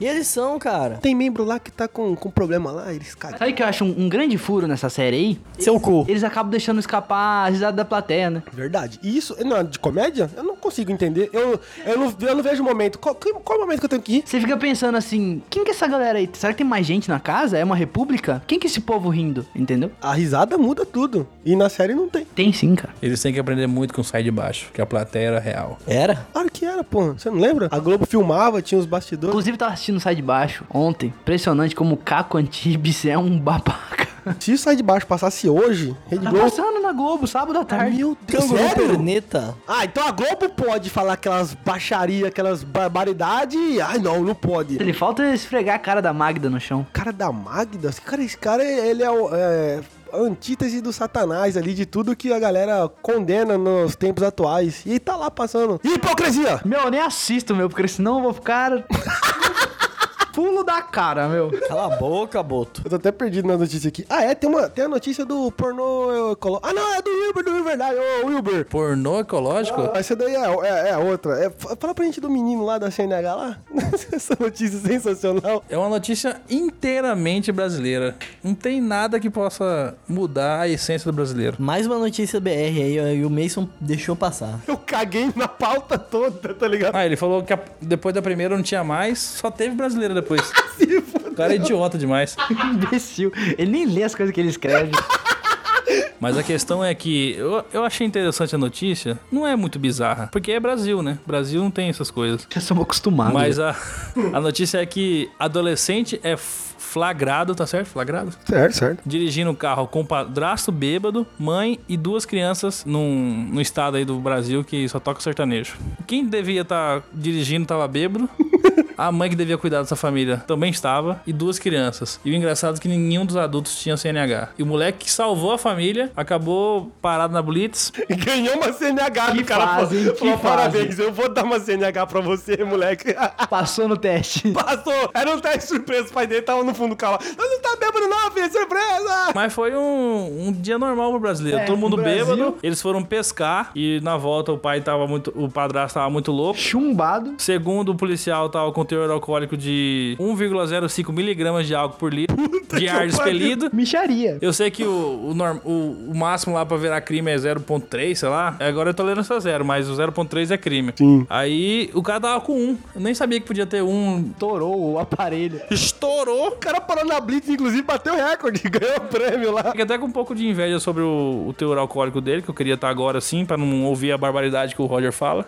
S3: E eles são, cara.
S2: Tem membro lá que tá com, com problema lá, eles cagam.
S5: Sabe o que eu acho um, um grande furo nessa série aí?
S3: Seu cu.
S5: Eles acabam deixando escapar a risada da plateia, né?
S2: Verdade. E isso, não, de comédia, eu não consigo entender. Eu, eu, não, eu não vejo o momento. Qual, que- qual é o momento que eu tenho que ir?
S5: Você fica pensando assim, quem que é essa galera aí? Será que tem mais gente na casa? É uma república? Quem que é esse povo rindo? Entendeu?
S2: A risada muda tudo. E na série não tem.
S5: Tem sim, cara.
S4: Eles têm que aprender muito com o sai de baixo, que a plateia era real.
S3: Era?
S2: Claro que era, porra. Você não lembra? A Globo filmava, tinha os bastidores.
S5: Inclusive, tava assistindo Sai de Baixo ontem. Impressionante como o Caco Antibes é um babaca.
S2: Se isso sai de baixo passasse hoje, Rede
S5: Tá
S2: Globo.
S5: passando na Globo, sábado à tarde.
S2: Meu Deus,
S3: Sério?
S2: sério?
S3: Perneta.
S2: Ah, então a Globo pode falar aquelas baixaria, aquelas barbaridades. Ai, não, não pode.
S5: Ele falta esfregar a cara da Magda no chão.
S2: O cara da Magda, esse cara, esse cara, ele é o. É... a Antítese do satanás ali, de tudo que a galera condena nos tempos atuais. E tá lá passando. Hipocrisia!
S5: Meu, eu nem assisto, meu, porque senão eu vou ficar. Pulo da cara, meu.
S3: Cala a boca, Boto.
S2: Eu tô até perdido na notícia aqui. Ah, é, tem uma tem a notícia do pornô. Colo... Ah, não, é do Wilber, do Wilber, lá, ô Wilber.
S4: Pornô ecológico?
S2: Essa daí é, é, é a outra. É, fa- fala pra gente do menino lá da CNH lá. Essa notícia sensacional.
S4: É uma notícia inteiramente brasileira. Não tem nada que possa mudar a essência do brasileiro.
S3: Mais uma notícia BR aí, ó, e o Mason deixou passar.
S2: Eu caguei na pauta toda, tá ligado?
S4: Ah, ele falou que a- depois da primeira não tinha mais, só teve brasileira depois. O cara é idiota demais.
S5: Imbecil. Ele nem lê as coisas que ele escreve.
S4: Mas a questão é que eu, eu achei interessante a notícia. Não é muito bizarra, porque é Brasil, né? Brasil não tem essas coisas.
S5: Já somos acostumados. né?
S4: Mas a, a notícia é que adolescente é f- flagrado, tá certo? Flagrado?
S2: Certo, certo.
S4: dirigindo o carro com padrasto bêbado, mãe e duas crianças num, num estado aí do Brasil que só toca sertanejo. Quem devia estar dirigindo estava bêbado. A mãe que devia cuidar dessa família também estava, e duas crianças. E o engraçado é que nenhum dos adultos tinha CNH. E o moleque que salvou a família acabou parado na Blitz.
S2: Ganhou uma CNH
S5: Que
S2: do cara.
S5: fase, hein?
S2: falou,
S5: Que
S2: falou,
S5: fase.
S2: parabéns, eu vou dar uma CNH pra você, moleque.
S5: Passou no teste.
S2: Passou. Era um teste surpresa, o pai dele tava no fundo do carro. lá. Não, não tá bêbado não, filho, surpresa.
S4: Mas foi um, um dia normal pro brasileiro. Todo mundo
S5: É, no Brasil-
S4: bêbado. Eles foram pescar e na volta o pai tava muito. O padrasto tava muito louco.
S5: Chumbado.
S4: Segundo o policial, tava com teor alcoólico de 1,05 miligramas de álcool por litro de ar
S2: que pariu.
S4: expelido.
S5: Micharia.
S4: Eu sei que o, o, norm- o- o máximo lá pra virar crime é 0.3, sei lá. Agora eu tolerância é zero, mas o 0.3 é crime. Sim. Aí o cara tava com um. Eu nem sabia que podia ter um.
S5: Torou o aparelho.
S4: Estourou!
S2: O cara parou na Blitz, inclusive, bateu recorde, ganhou o prêmio lá.
S4: Fiquei até com um pouco de inveja sobre o, o teor alcoólico dele, que eu queria estar agora sim, pra não ouvir a barbaridade que o Roger fala.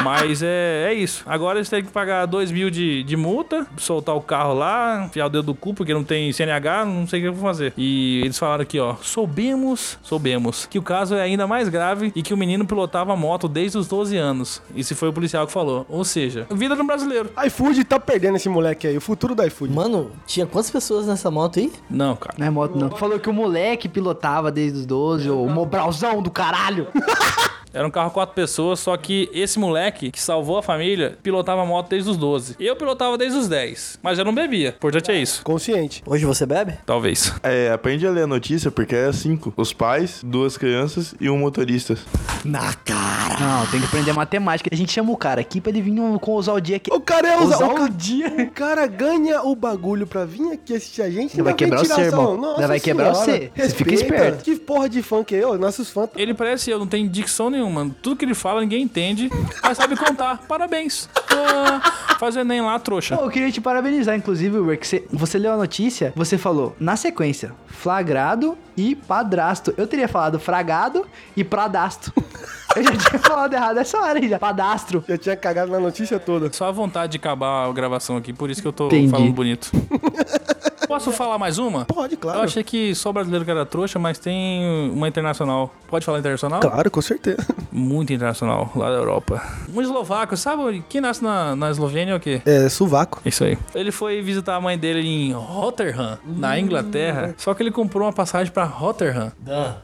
S4: Mas é, é isso. Agora eles têm que pagar 2 mil de, de multa, soltar o carro lá, enfiar o dedo do cu, porque não tem CNH, não sei o que eu vou fazer. E eles falaram aqui, ó. Soubemos, soubemos, que o caso é ainda mais grave e que o menino pilotava a moto desde os 12 anos. Isso foi o policial que falou. Ou seja, vida de um brasileiro.
S2: iFood tá perdendo esse moleque aí, o futuro do iFood.
S3: Mano, tinha quantas pessoas nessa moto aí?
S4: Não, cara.
S5: Não é moto, não. Falou que o moleque pilotava desde os 12, ô mobralzão do caralho.
S4: Era um carro quatro pessoas, só que esse moleque que salvou a família pilotava a moto desde os 12. Eu pilotava desde os 10, mas já não bebia. O importante é isso.
S2: Consciente.
S3: Hoje você bebe?
S4: Talvez.
S6: É, aprende a ler a notícia porque é cinco. Os pais, duas crianças e um motorista.
S3: Na cara.
S5: Não, tem que aprender matemática. A gente chama o cara aqui pra ele vir um- com o Zaldiek.
S2: O cara é o,
S5: Usar
S2: o, ca-
S5: o dia.
S2: o cara ganha o bagulho pra vir aqui assistir a gente.
S5: Ele vai
S2: ainda vem
S5: quebrar
S2: tirar
S5: você, irmão.
S2: sarro.
S5: Ele
S2: Nossa
S5: vai quebrar
S2: senhora.
S5: você. Você fica
S2: Respeita.
S5: esperto.
S2: Que porra de fã que é? Ô, Nossos fãs
S4: Ele parece eu, não tem dicção nenhuma. Tudo que ele fala, ninguém entende, mas sabe contar. Parabéns. Ah, Faz o Enem lá, trouxa.
S5: Pô, eu queria te parabenizar, inclusive, Uber, que você, você leu a notícia, você falou, na sequência, flagrado e padrasto. Eu teria falado fragado e pradasto. Eu já tinha falado errado essa hora já. Padastro.
S2: Eu tinha cagado na notícia toda.
S4: Só a vontade de acabar a gravação aqui, por isso que eu tô
S5: Entendi.
S4: falando bonito. Posso falar mais uma?
S2: Pode, claro.
S4: Eu achei que só brasileiro que era trouxa, mas tem uma internacional. Pode falar internacional?
S2: Claro, com certeza.
S4: Muito internacional, lá da Europa. Um eslovaco, sabe? Quem nasce na, na Eslovênia é o quê?
S2: É, sovaco.
S4: Isso aí. Ele foi visitar a mãe dele em Rotterdam, na Inglaterra. Só que ele comprou uma passagem pra Rotterdam.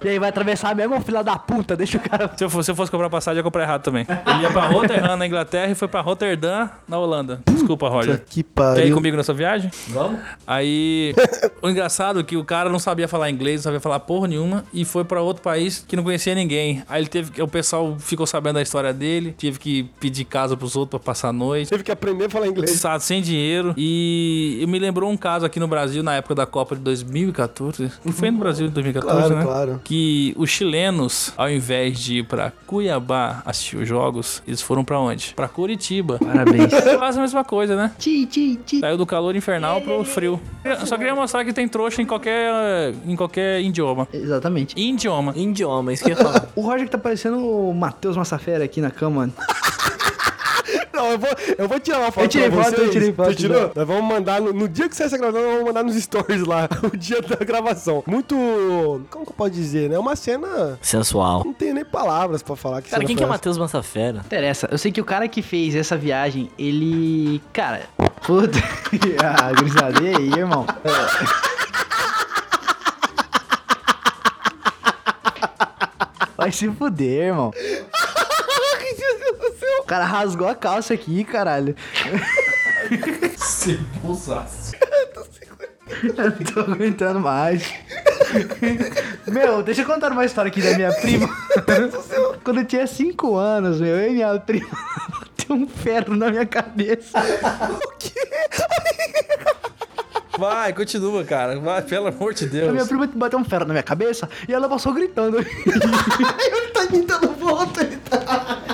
S5: E aí vai atravessar mesmo, filha da puta, deixa o cara...
S4: Se eu fosse, se eu fosse comprar passagem, eu ia comprar errado também. Ele ia pra Rotterdam, na Inglaterra, e foi pra Rotterdam, na Holanda. Desculpa, Roger.
S2: Que
S4: Quer ir
S2: pariu.
S4: comigo nessa viagem?
S3: Vamos?
S4: Aí, o engraçado é que o cara não sabia falar inglês, não sabia falar porra nenhuma, e foi pra outro país que não conhecia ninguém. Aí ele teve que, o pessoal ficou sabendo da história dele, tive que pedir casa pros outros pra passar a noite.
S2: Teve que aprender a falar inglês.
S4: Estado sem dinheiro. E e me lembrou um caso aqui no Brasil, na época da Copa de 2014. que Foi no Brasil de 2014,
S2: Claro,
S4: né?
S2: claro.
S4: Que os chilenos, ao invés de ir pra Cuiabá assistir os jogos, eles foram pra onde? Pra Curitiba.
S5: Parabéns.
S4: Quase a mesma coisa, né?
S5: Ti, ti, ti.
S4: Saiu do calor infernal pro frio. Eu só queria mostrar que tem trouxa em qualquer, em qualquer idioma.
S5: Exatamente.
S4: Idioma.
S3: Indioma, isso que eu ia falar.
S5: O Roger que tá parecendo o Matheus Massafera aqui na cama, mano.
S2: Não, eu vou, eu vou tirar uma foto
S5: Eu tirei
S2: pra
S5: foto,
S2: vocês.
S5: eu tirei foto,
S2: Tu tirou?
S5: né?
S2: Nós vamos mandar, no, no dia que sair essa gravação, nós vamos mandar nos stories lá, o dia da gravação. Muito, como que eu posso dizer, né? Uma cena,
S3: Sensual.
S2: não tem nem palavras pra falar que
S3: Cara,
S2: cena
S3: quem que
S2: foi
S3: é Matheus Massafera?
S5: Interessa. Eu sei que o cara que fez essa viagem, ele... Cara... Puta... ah, gurizada, e aí, irmão? Vai se fuder, irmão. O cara rasgou a calça aqui, caralho. Eu não tô aguentando mais. Meu, deixa eu contar uma história aqui da minha prima. Quando eu tinha 5 anos, meu, eu e minha prima bateu um ferro na minha cabeça.
S4: Vai, continua, cara. Vai, pelo amor de
S5: A minha
S4: Deus.
S5: prima bateu um ferro na minha cabeça e ela passou gritando.
S2: Ele tá me dando volta, ele tá...
S3: Cala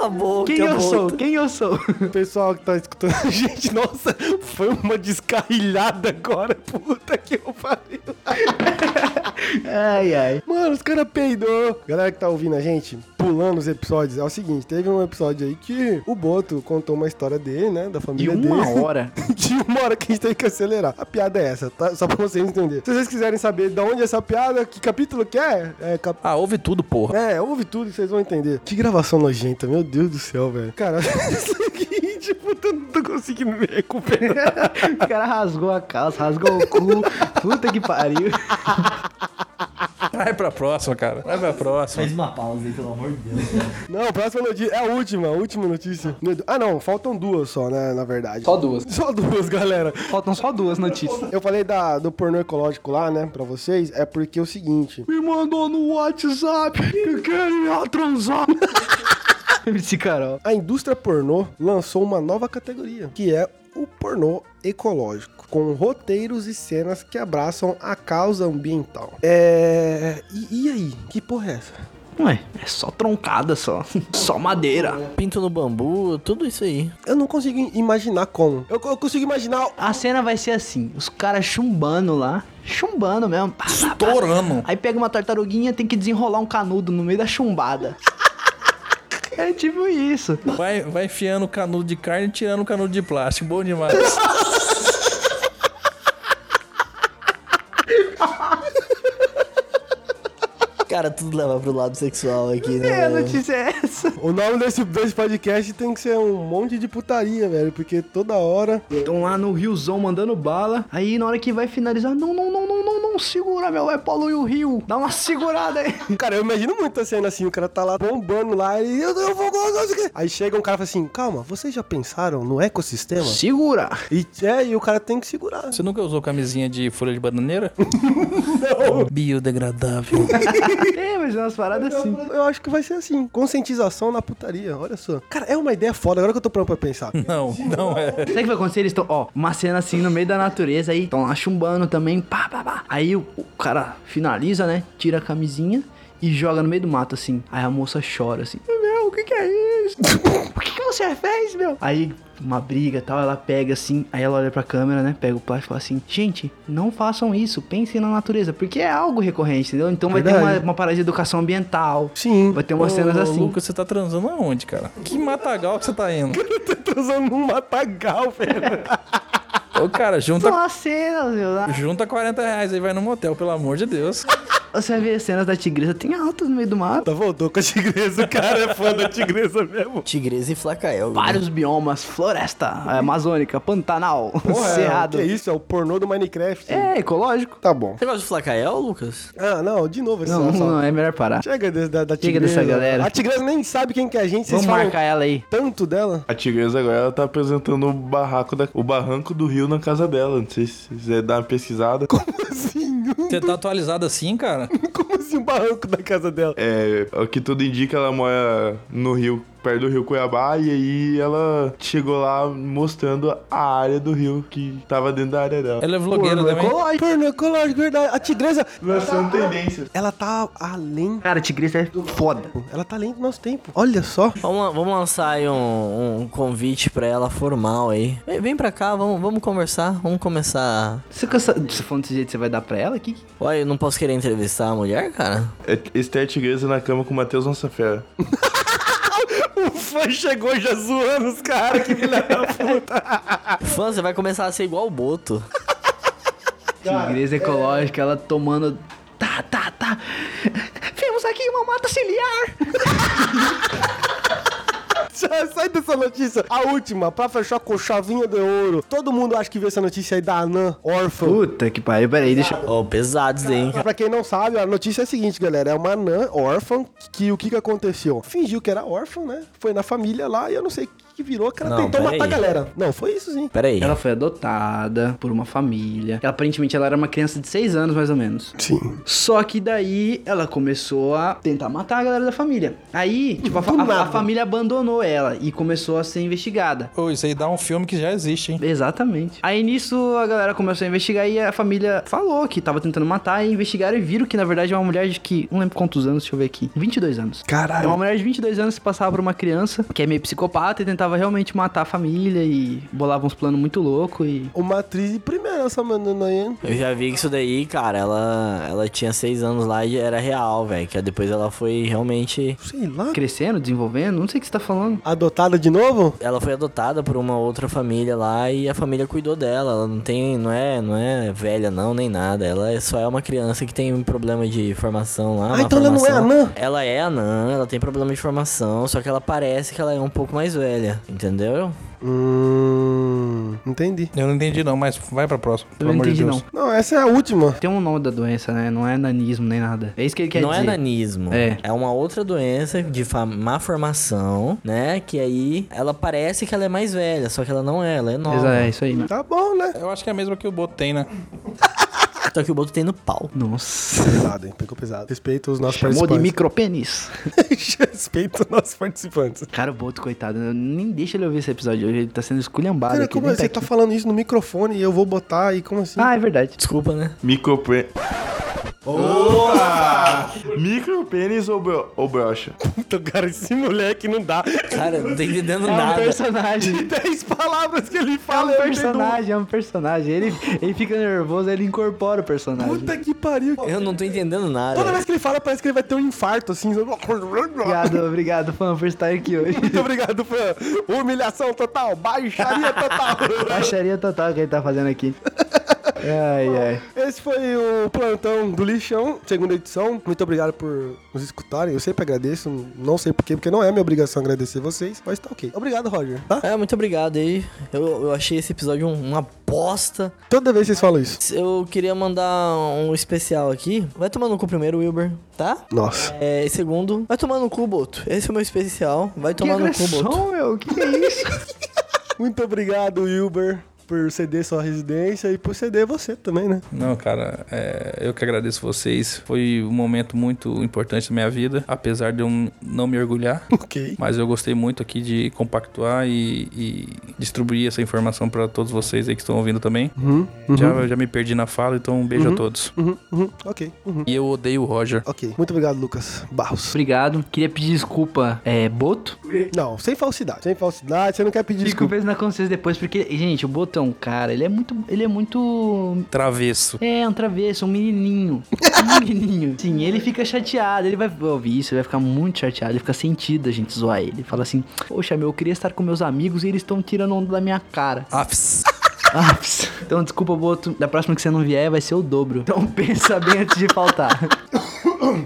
S5: Tá
S3: a boca,
S5: Quem eu
S3: boca.
S5: sou? Quem eu sou?
S2: O pessoal que tá escutando a gente, nossa, foi uma descarrilhada agora, puta que eu pariu.
S5: Ai, ai.
S2: Mano, os caras peidou. Galera que tá ouvindo a gente, pulando os episódios, é o seguinte, teve um episódio aí que o Boto contou uma história dele, né, da
S5: De
S2: família dele.
S5: uma hora.
S2: de uma hora que a gente tem que acelerar. A piada é essa, tá? Só pra vocês entenderem. Se vocês quiserem saber de onde é essa piada, que capítulo que é, é, cap...
S4: Ah, ouve tudo, porra.
S2: é, ouve tudo e vocês vão entender. Que gravação nojenta, meu Deus do céu, velho. Cara, isso aqui, tipo, eu não tô conseguindo me recuperar.
S5: O cara rasgou a calça, rasgou o cu. Puta que pariu.
S4: Vai pra próxima, cara. Vai pra próxima.
S3: Faz uma pausa aí, pelo amor de Deus.
S2: Não, próxima notícia. É a última, a última notícia. Meu Deus. Ah, não, faltam duas só, né, na verdade.
S5: Só duas.
S2: Só duas, galera.
S5: Faltam só duas notícias.
S2: Eu falei da, do pornô ecológico lá, né, pra vocês. É porque é o seguinte.
S5: Me mandou no WhatsApp que quer me transar. MC Carol.
S2: A indústria pornô lançou uma nova categoria, que é o pornô ecológico, com roteiros e cenas que abraçam a causa ambiental. É. E, e aí? Que porra é essa?
S5: Ué, é só troncada só. Só madeira.
S3: Pinto no bambu, tudo isso aí.
S2: Eu não consigo imaginar como. Eu, eu consigo imaginar.
S5: A cena vai ser assim: os caras chumbando lá. Chumbando mesmo. Pá, pá, pá.
S4: Torano.
S5: Aí pega uma tartaruguinha, tem que desenrolar um canudo no meio da chumbada. É tipo isso.
S4: Vai, vai enfiando o canudo de carne e tirando o canudo de plástico. Bom demais.
S3: Cara, tudo leva pro lado sexual aqui, né?
S5: É, a
S3: velho?
S5: notícia é essa.
S2: O nome desse, desse podcast tem que ser um monte de putaria, velho, porque toda hora.
S5: Estão lá no riozão mandando bala. Aí na hora que vai finalizar, não, não, não, não, não, não, segura, meu, vai poluir o rio. Dá uma segurada aí.
S2: Cara, eu imagino muito a cena assim, o cara tá lá bombando lá e eu, eu vou gozar, não sei o quê. Aí chega um cara e fala assim, calma, vocês já pensaram no ecossistema?
S5: Segura.
S2: E, é, e o cara tem que segurar.
S4: Você nunca usou camisinha de folha de bananeira? Não. Biodegradável.
S5: É, mas é umas paradas assim.
S2: Eu acho que vai ser assim, conscientização na putaria, olha só. Cara, é uma ideia foda, agora que eu tô pronto pra pensar.
S4: Não, não é.
S5: Sabe o que vai acontecer? Eles estão, ó, uma cena assim no meio da natureza aí, estão lá chumbando também, pá, pá, pá. Aí o, o cara finaliza, né? Tira a camisinha e joga no meio do mato assim. Aí a moça chora assim: Meu, o que que é isso? O que que você fez, meu? Aí uma briga e tal, ela pega assim, aí ela olha pra câmera, né? Pega o plástico e fala assim: Gente, não façam isso, pensem na natureza, porque é algo recorrente, entendeu? Então vai ter
S2: Verdade.
S5: uma, uma parada de educação ambiental.
S2: Sim.
S5: Vai ter umas cenas
S4: Ô,
S5: assim.
S4: Lucas, você tá transando aonde, cara? Que matagal que você tá indo?
S2: Tô usando um matagal, velho.
S4: Ô, cara,
S5: São
S4: junta,
S5: as cenas, meu. lá.
S4: junta 40 reais aí, vai no motel, pelo amor de Deus.
S5: Você vai ver as cenas da tigresa, tem altas no meio do mato.
S2: Tá voltou com a tigresa, o cara é fã da tigresa
S5: tipo-
S2: mesmo.
S3: Tigresa e Flacael.
S5: Vários biomas, floresta, é, amazônica, pantanal, cerrado.
S2: Que isso, é o pornô do Minecraft.
S5: É, ecológico.
S2: Tá bom.
S3: Você gosta de Flacael, Lucas?
S2: Ah, não, de novo esse
S5: Não,
S2: assalto.
S5: não, é melhor parar.
S2: Chega desse- da, da
S5: Chega
S2: tigresa.
S5: dessa galera.
S2: A tigresa nem sabe quem que é a gente, vocês
S5: Vamos
S2: falam
S5: marcar ela aí.
S2: tanto dela.
S6: A tigresa agora ela tá apresentando o barraco da, o barranco do rio na casa dela. Não sei se quiser dar uma pesquisada.
S2: Assim,
S4: Você tá atualizado assim, cara?
S2: como assim o barranco da casa dela?
S6: É, o que tudo indica, ela mora no rio, perto do rio Cuiabá, e aí ela chegou lá mostrando a área do rio que tava dentro da área dela.
S4: Ela é vlogueira também.
S2: Ecológico. Porno ecológico, verdade. A tigresa,
S6: Lançando tendências.
S2: ela tá além.
S5: Cara, tigresa é foda.
S2: Ela tá além do nosso tempo. Olha só.
S3: Vamos, lan- vamos lançar aí um, um convite pra ela formal aí. Vem, vem pra cá, vamos, vamos conversar, vamos começar.
S5: Você, cansa... você falando desse jeito, você vai dar pra ela? Que... é?
S3: Olha, eu não posso querer entrevistar a mulher, cara?
S6: É, Esther Tigresa na cama com o Matheus Nossa Fera.
S2: O fã chegou já zoando os caras, que filha da puta.
S3: Fã, você vai começar a ser igual o Boto.
S5: Tigresa ecológica, ela tomando... Tá, tá, tá. Temos aqui uma mata ciliar.
S2: Já Sai dessa notícia. A última, pra fechar com chavinha de ouro. Todo mundo acha que viu essa notícia aí da Anã, órfã.
S5: Puta que pariu, peraí, deixa...
S3: Ô, pesados aí, hein, cara?
S2: Pra quem não sabe, a notícia é a seguinte, galera. É uma anã órfã que o que que aconteceu? Fingiu que era órfã, né? Foi na família lá e eu não sei o que que virou, que ela
S3: Não,
S2: tentou matar a
S3: peraí.
S2: galera. Não, foi isso sim.
S3: Pera aí.
S5: Ela foi adotada por uma família. Ela, aparentemente ela era uma criança de 6 anos, mais ou menos.
S2: Sim.
S5: Só que daí ela começou a tentar matar a galera da família. Aí, tipo, a, fa-
S2: Do
S5: a- a
S2: nada.
S5: família abandonou ela e começou a ser investigada.
S4: Ô, isso aí dá um filme que já existe, hein?
S5: Exatamente. Aí nisso a galera começou a investigar e a família falou que tava tentando matar e investigaram e viram que na verdade é uma mulher de que. Não lembro quantos anos, deixa eu ver aqui. 22 anos. É
S2: Caralho.
S5: uma mulher de 22 anos que passava por uma criança que é meio psicopata e tentava realmente matar a família e bolava uns planos muito loucos e.
S2: Uma atriz de primeira essa menina aí, hein?
S3: Eu já vi que isso daí, cara, ela, ela tinha seis anos lá e era real, velho. Que depois ela foi realmente.
S2: Sei lá.
S5: crescendo, desenvolvendo, não sei o que você tá falando.
S2: Adotada de novo?
S3: Ela foi adotada por uma outra família lá e a família cuidou dela. Ela não tem. não é, não é velha, não, nem nada. Ela é- só é uma criança que tem um problema de formação lá.
S2: Ah,
S3: má
S2: então ela não é
S3: formação.
S2: anã?
S3: Ela é anã, ela tem problema de formação, só que ela parece que ela é um pouco mais velha, entendeu?
S2: Hum. Entendi.
S4: Eu não entendi não, mas vai pra próxima.
S5: Eu não entendi, não.
S2: Não, essa é a última.
S5: Tem um nome da doença, né? Não é nanismo nem nada. É isso que ele quer
S3: não
S5: dizer.
S3: é nanismo.
S5: É.
S3: uma outra doença de fa- má formação, né? Que aí ela parece que ela é mais velha, só que ela não é, ela é
S5: Exa-
S3: nova.
S5: É isso aí.
S2: Tá bom, né?
S4: Eu acho que é a mesma que o Boto tem, né?
S3: Só que Tá o Boto tem no pau.
S5: Nossa.
S2: Pesado, hein? Pegou pesado. Respeita os nossos
S5: Chamou de
S2: participantes.
S5: micropênis.
S2: Respeita os nossos participantes.
S5: Cara, o Boto, coitado, eu nem deixa ele ouvir esse episódio hoje. Ele tá sendo esculhambado.
S2: Cara,
S5: aqui,
S2: como
S5: nem
S2: você tá
S5: aqui.
S2: falando isso no microfone e eu vou botar e como assim?
S5: Ah, é verdade.
S3: Desculpa, né?
S6: Micropre... Micro pênis ou, bro- ou brocha?
S2: Puta, cara, esse moleque não dá.
S3: Cara, não tô entendendo
S2: Ah,
S5: É um
S3: nada.
S5: personagem.
S2: Dez palavras que ele
S5: É
S2: fala.
S5: um
S2: eu não
S5: personagem, é um personagem. Ele, ele fica nervoso, ele incorpora o
S2: entendo.
S5: personagem.
S2: Puta que pariu.
S3: Eu não tô entendendo nada.
S2: Toda vez que ele fala, parece que ele vai ter um infarto, assim. Muito
S5: Obrigado, obrigado, fã, por estar aqui hoje.
S2: obrigado, fã. Humilhação total, baixaria total.
S5: Baixaria total que ele tá fazendo aqui. Ai, ai.
S2: Esse foi o Plantão do Lixão, segunda edição. Muito obrigado por nos escutarem. Eu sempre agradeço, não sei porquê, porque não é minha obrigação agradecer vocês, mas tá ok. Obrigado, Roger. Tá?
S3: É, muito obrigado aí. Eu, eu achei esse episódio um- uma bosta.
S2: Toda vez vocês falam isso.
S3: Eu queria mandar um especial aqui. Vai tomar no cu primeiro, Wilber, tá?
S2: Nossa.
S3: É, e segundo, vai tomar no cu, Boto. Esse é o meu especial. Vai tomar no cu, Boto.
S5: meu, que que é isso?
S2: Muito obrigado, Wilber, por ceder sua residência e por ceder você também, né?
S4: Não, cara, é, eu que agradeço vocês. Foi um momento muito importante da minha vida, apesar de eu não me orgulhar.
S2: Ok.
S4: Mas eu gostei muito aqui de compactuar e, e distribuir essa informação pra todos vocês aí que estão ouvindo também.
S2: Uhum, uhum,
S4: Já, já me perdi na fala, então um beijo a todos.
S2: uhum, uhum. Ok, uhum.
S4: E eu odeio o Roger.
S2: Ok. Muito obrigado, Lucas Barros.
S5: Obrigado. Queria pedir desculpa, é, Boto.
S2: Não, sem falsidade. Sem falsidade, você não quer pedir
S5: Desculpa
S2: desculpa.
S5: isso na consciência depois, porque, gente, o Boto é um cara, ele é muito. Ele é muito.
S4: Travesso.
S5: É, um travesso, um menininho. Um menininho. Sim, ele fica chateado, ele vai ouvir isso, ele vai ficar muito chateado, ele fica sentido a gente zoar ele. Fala assim: Poxa, meu, eu queria estar com meus amigos e eles estão tirando onda da minha cara.
S3: Afs.
S5: Ah, ps. então, desculpa, Boto. Da próxima que você não vier, vai ser o dobro. Então, pensa bem antes de faltar.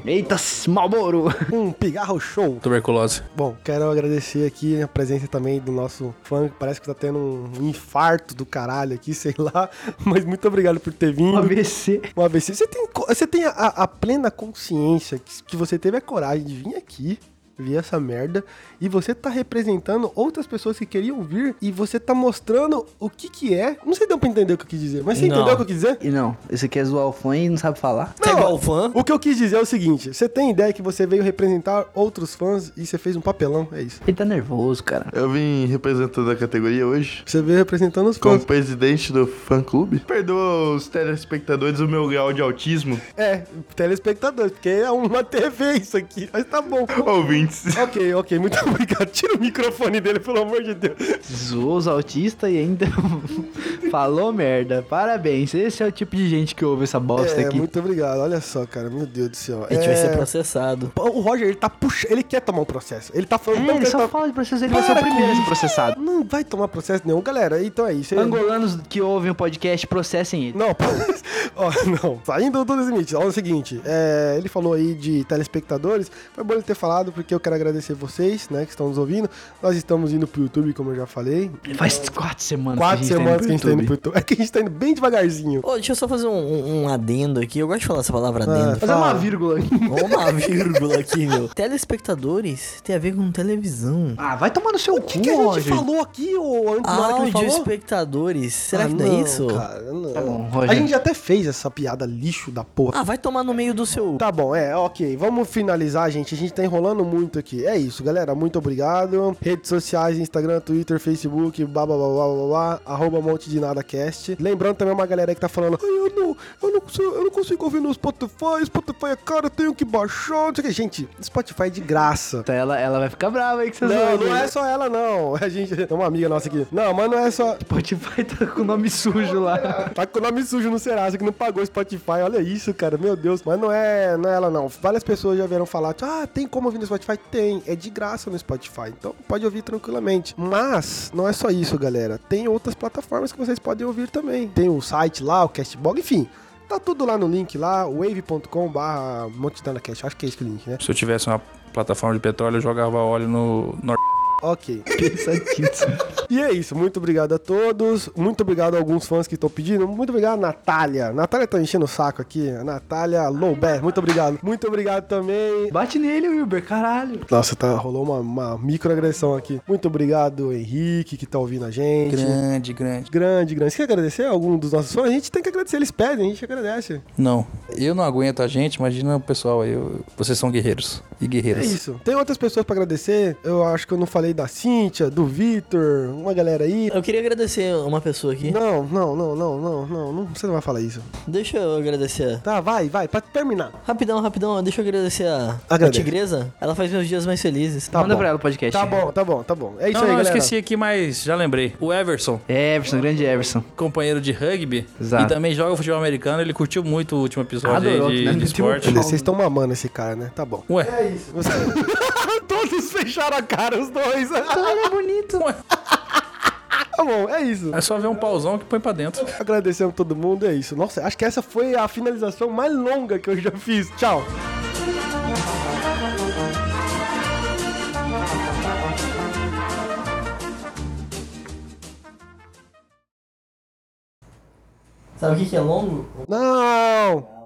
S5: Eita, Malboro!
S2: Um pigarro show.
S4: Tuberculose.
S2: Bom, quero agradecer aqui a presença também do nosso fã, que parece que tá tendo um infarto do caralho aqui, sei lá. Mas muito obrigado por ter vindo.
S5: ABC.
S2: Um ABC. Você tem, co- você tem a, a plena consciência que, que você teve a coragem de vir aqui, ver essa merda, e você tá representando outras pessoas que queriam vir, e você tá mostrando o que que é. Não sei se deu pra entender o que eu quis dizer, mas você
S3: Não.
S2: entendeu o que eu quis dizer?
S5: E não, você quer zoar o fã e não sabe falar?
S3: Tá igual o fã.
S2: O que eu quis dizer é o seguinte, você tem ideia que você veio representar outros fãs e você fez um papelão, é isso.
S5: Ele tá nervoso, cara.
S6: Eu vim representando a categoria hoje.
S2: Você veio representando os fãs.
S6: Como presidente do fã clube? Perdoa os telespectadores o meu grau de autismo.
S2: É, telespectadores, porque é uma TV isso aqui, mas tá bom.
S6: Oh. Ouvintes.
S2: ok, ok, muito obrigado. Tira o microfone dele, pelo amor de Deus.
S5: Zoou os autistas e ainda falou merda. Parabéns, esse é o tipo de gente que ouve essa bosta
S2: É,
S5: aqui.
S2: muito obrigado. Olha só, cara, meu Deus do céu.
S3: A gente vai
S2: É,
S3: ser processado.
S2: O Roger, ele tá puxando, ele quer tomar um processo. Ele tá falando...
S5: É,
S2: não,
S5: ele
S2: ele
S5: só
S2: tá-
S5: fala de processo, ele vai ser o
S2: Para com
S5: primeiro a ser
S2: isso.
S5: processado.
S2: Não vai tomar processo nenhum, galera. Então é isso.
S5: Angolanos que ouvem o podcast, processem ele.
S2: Não, ó, não. Saindo do limite, ó, é o seguinte, é, ele falou aí de telespectadores, foi bom ele ter falado, porque eu quero agradecer vocês, né, que estão nos ouvindo. Nós estamos indo pro YouTube, como eu já falei.
S5: Faz quatro semanas
S2: Quatro
S5: que a gente
S2: semanas que a gente tá indo pro
S5: YouTube.
S2: YouTube. É que a gente tá indo bem devagarzinho.
S3: Ô, deixa eu só fazer um, um- um adendo aqui. Eu gosto de falar essa palavra
S2: Ah,
S3: adendo.
S5: Fazer uma
S2: fala.
S5: vírgula aqui.
S3: Ó, uma vírgula aqui, meu. Telespectadores tem a ver com televisão.
S5: Ah, vai tomar no seu
S2: O que,
S5: cu,
S2: que a gente
S5: Roger.
S2: falou aqui, ô Anco, na hora que ele
S3: Áudio
S2: falou?
S3: espectadores. Será
S2: Ah,
S3: que não, é isso?
S2: Cara, não.
S5: Tá bom,
S2: A
S5: Roger.
S2: gente até fez essa piada lixo da porra.
S3: Ah, vai tomar no meio do seu.
S2: Tá bom, é, ok. Vamos finalizar, gente. A gente tá enrolando muito aqui. É isso, galera. Muito obrigado. Redes sociais, Instagram, Twitter, Facebook, blá blá blá blá blá, blá arroba monte de nada cast. Lembrando também uma galera que tá falando, Ai, eu não, eu não, consigo, eu não consigo ouvir no Spotify, Spotify é caro, eu tenho que baixar. Não sei o que. Gente, Spotify é de
S3: Tá
S2: graça.
S5: Então ela, ela vai ficar brava aí que vocês
S2: Não,
S5: ouvem.
S2: não é só ela, não. A gente tem uma amiga nossa aqui. Não, mas não é só.
S5: Spotify tá com o nome sujo lá.
S2: Tá com o nome sujo no Serasa, que não pagou o Spotify. Olha isso, cara. Meu Deus. Mas não é, não é ela, não. Várias pessoas já vieram falar. Ah, tem como ouvir no Spotify? Tem. É de graça no Spotify. Então pode ouvir tranquilamente. Mas não é só isso, galera. Tem outras plataformas que vocês podem ouvir também. Tem o site lá, o Castbox, enfim. Tá tudo lá no link lá, wave.com barra Montitanacast. Acho que é esse o link, né?
S4: Se eu tivesse uma plataforma de petróleo, eu jogava óleo no, no
S2: Ok.
S5: Pensadíssimo.
S2: E é isso, muito obrigado a todos. Muito obrigado a alguns fãs que estão pedindo. Muito obrigado, Natália. Natália tá enchendo o saco aqui. Natália Loubert, muito obrigado. Muito obrigado também.
S5: Bate nele, Wilber, caralho.
S2: Nossa, tá, rolou uma, uma microagressão aqui. Muito obrigado, Henrique, que tá ouvindo a gente.
S4: Grande, grande.
S2: Grande, grande. Você quer agradecer a algum dos nossos fãs? A gente tem que agradecer, eles pedem, a gente agradece.
S4: Não, eu não aguento a gente, imagina o pessoal aí. eu- Vocês são guerreiros e
S2: É
S4: guerreiras.
S2: isso. Tem outras pessoas pra agradecer. Eu acho que eu não falei da Cíntia, do Vitor, uma galera aí.
S3: Eu queria agradecer uma pessoa aqui.
S2: Não, não, não, não, não, não, não, você não vai falar isso.
S3: Deixa eu agradecer.
S2: Tá, vai, vai, pra terminar.
S3: Rapidão, rapidão, deixa eu agradecer a, a
S2: Agradece.
S3: Tigresa. Ela faz meus dias mais felizes.
S2: Tá
S5: Manda
S2: bom.
S5: pra ela o podcast.
S2: Tá bom, tá bom, tá bom. É isso
S4: não,
S2: aí,
S4: não, eu
S2: galera.
S4: esqueci aqui, mas já lembrei. O Everson,
S5: Everson, grande Everson.
S4: companheiro de rugby
S5: Exato.
S4: e também joga futebol americano, ele curtiu muito o último episódio
S5: Adorou,
S4: aí de,
S5: né?
S4: de
S5: Meteu
S4: esporte.
S5: um pau.
S2: Vocês estão mamando esse cara, né? Tá bom.
S4: Ué,
S2: Todos fecharam a cara, os dois. tá
S5: Ele é bonito.
S2: bom, é isso.
S4: é só ver um pauzão que põe pra dentro.
S2: Agradecemos todo mundo, é isso. Nossa, acho que essa foi a finalização mais longa que eu já fiz. Tchau.
S3: Sabe o que, que é longo?
S2: Não!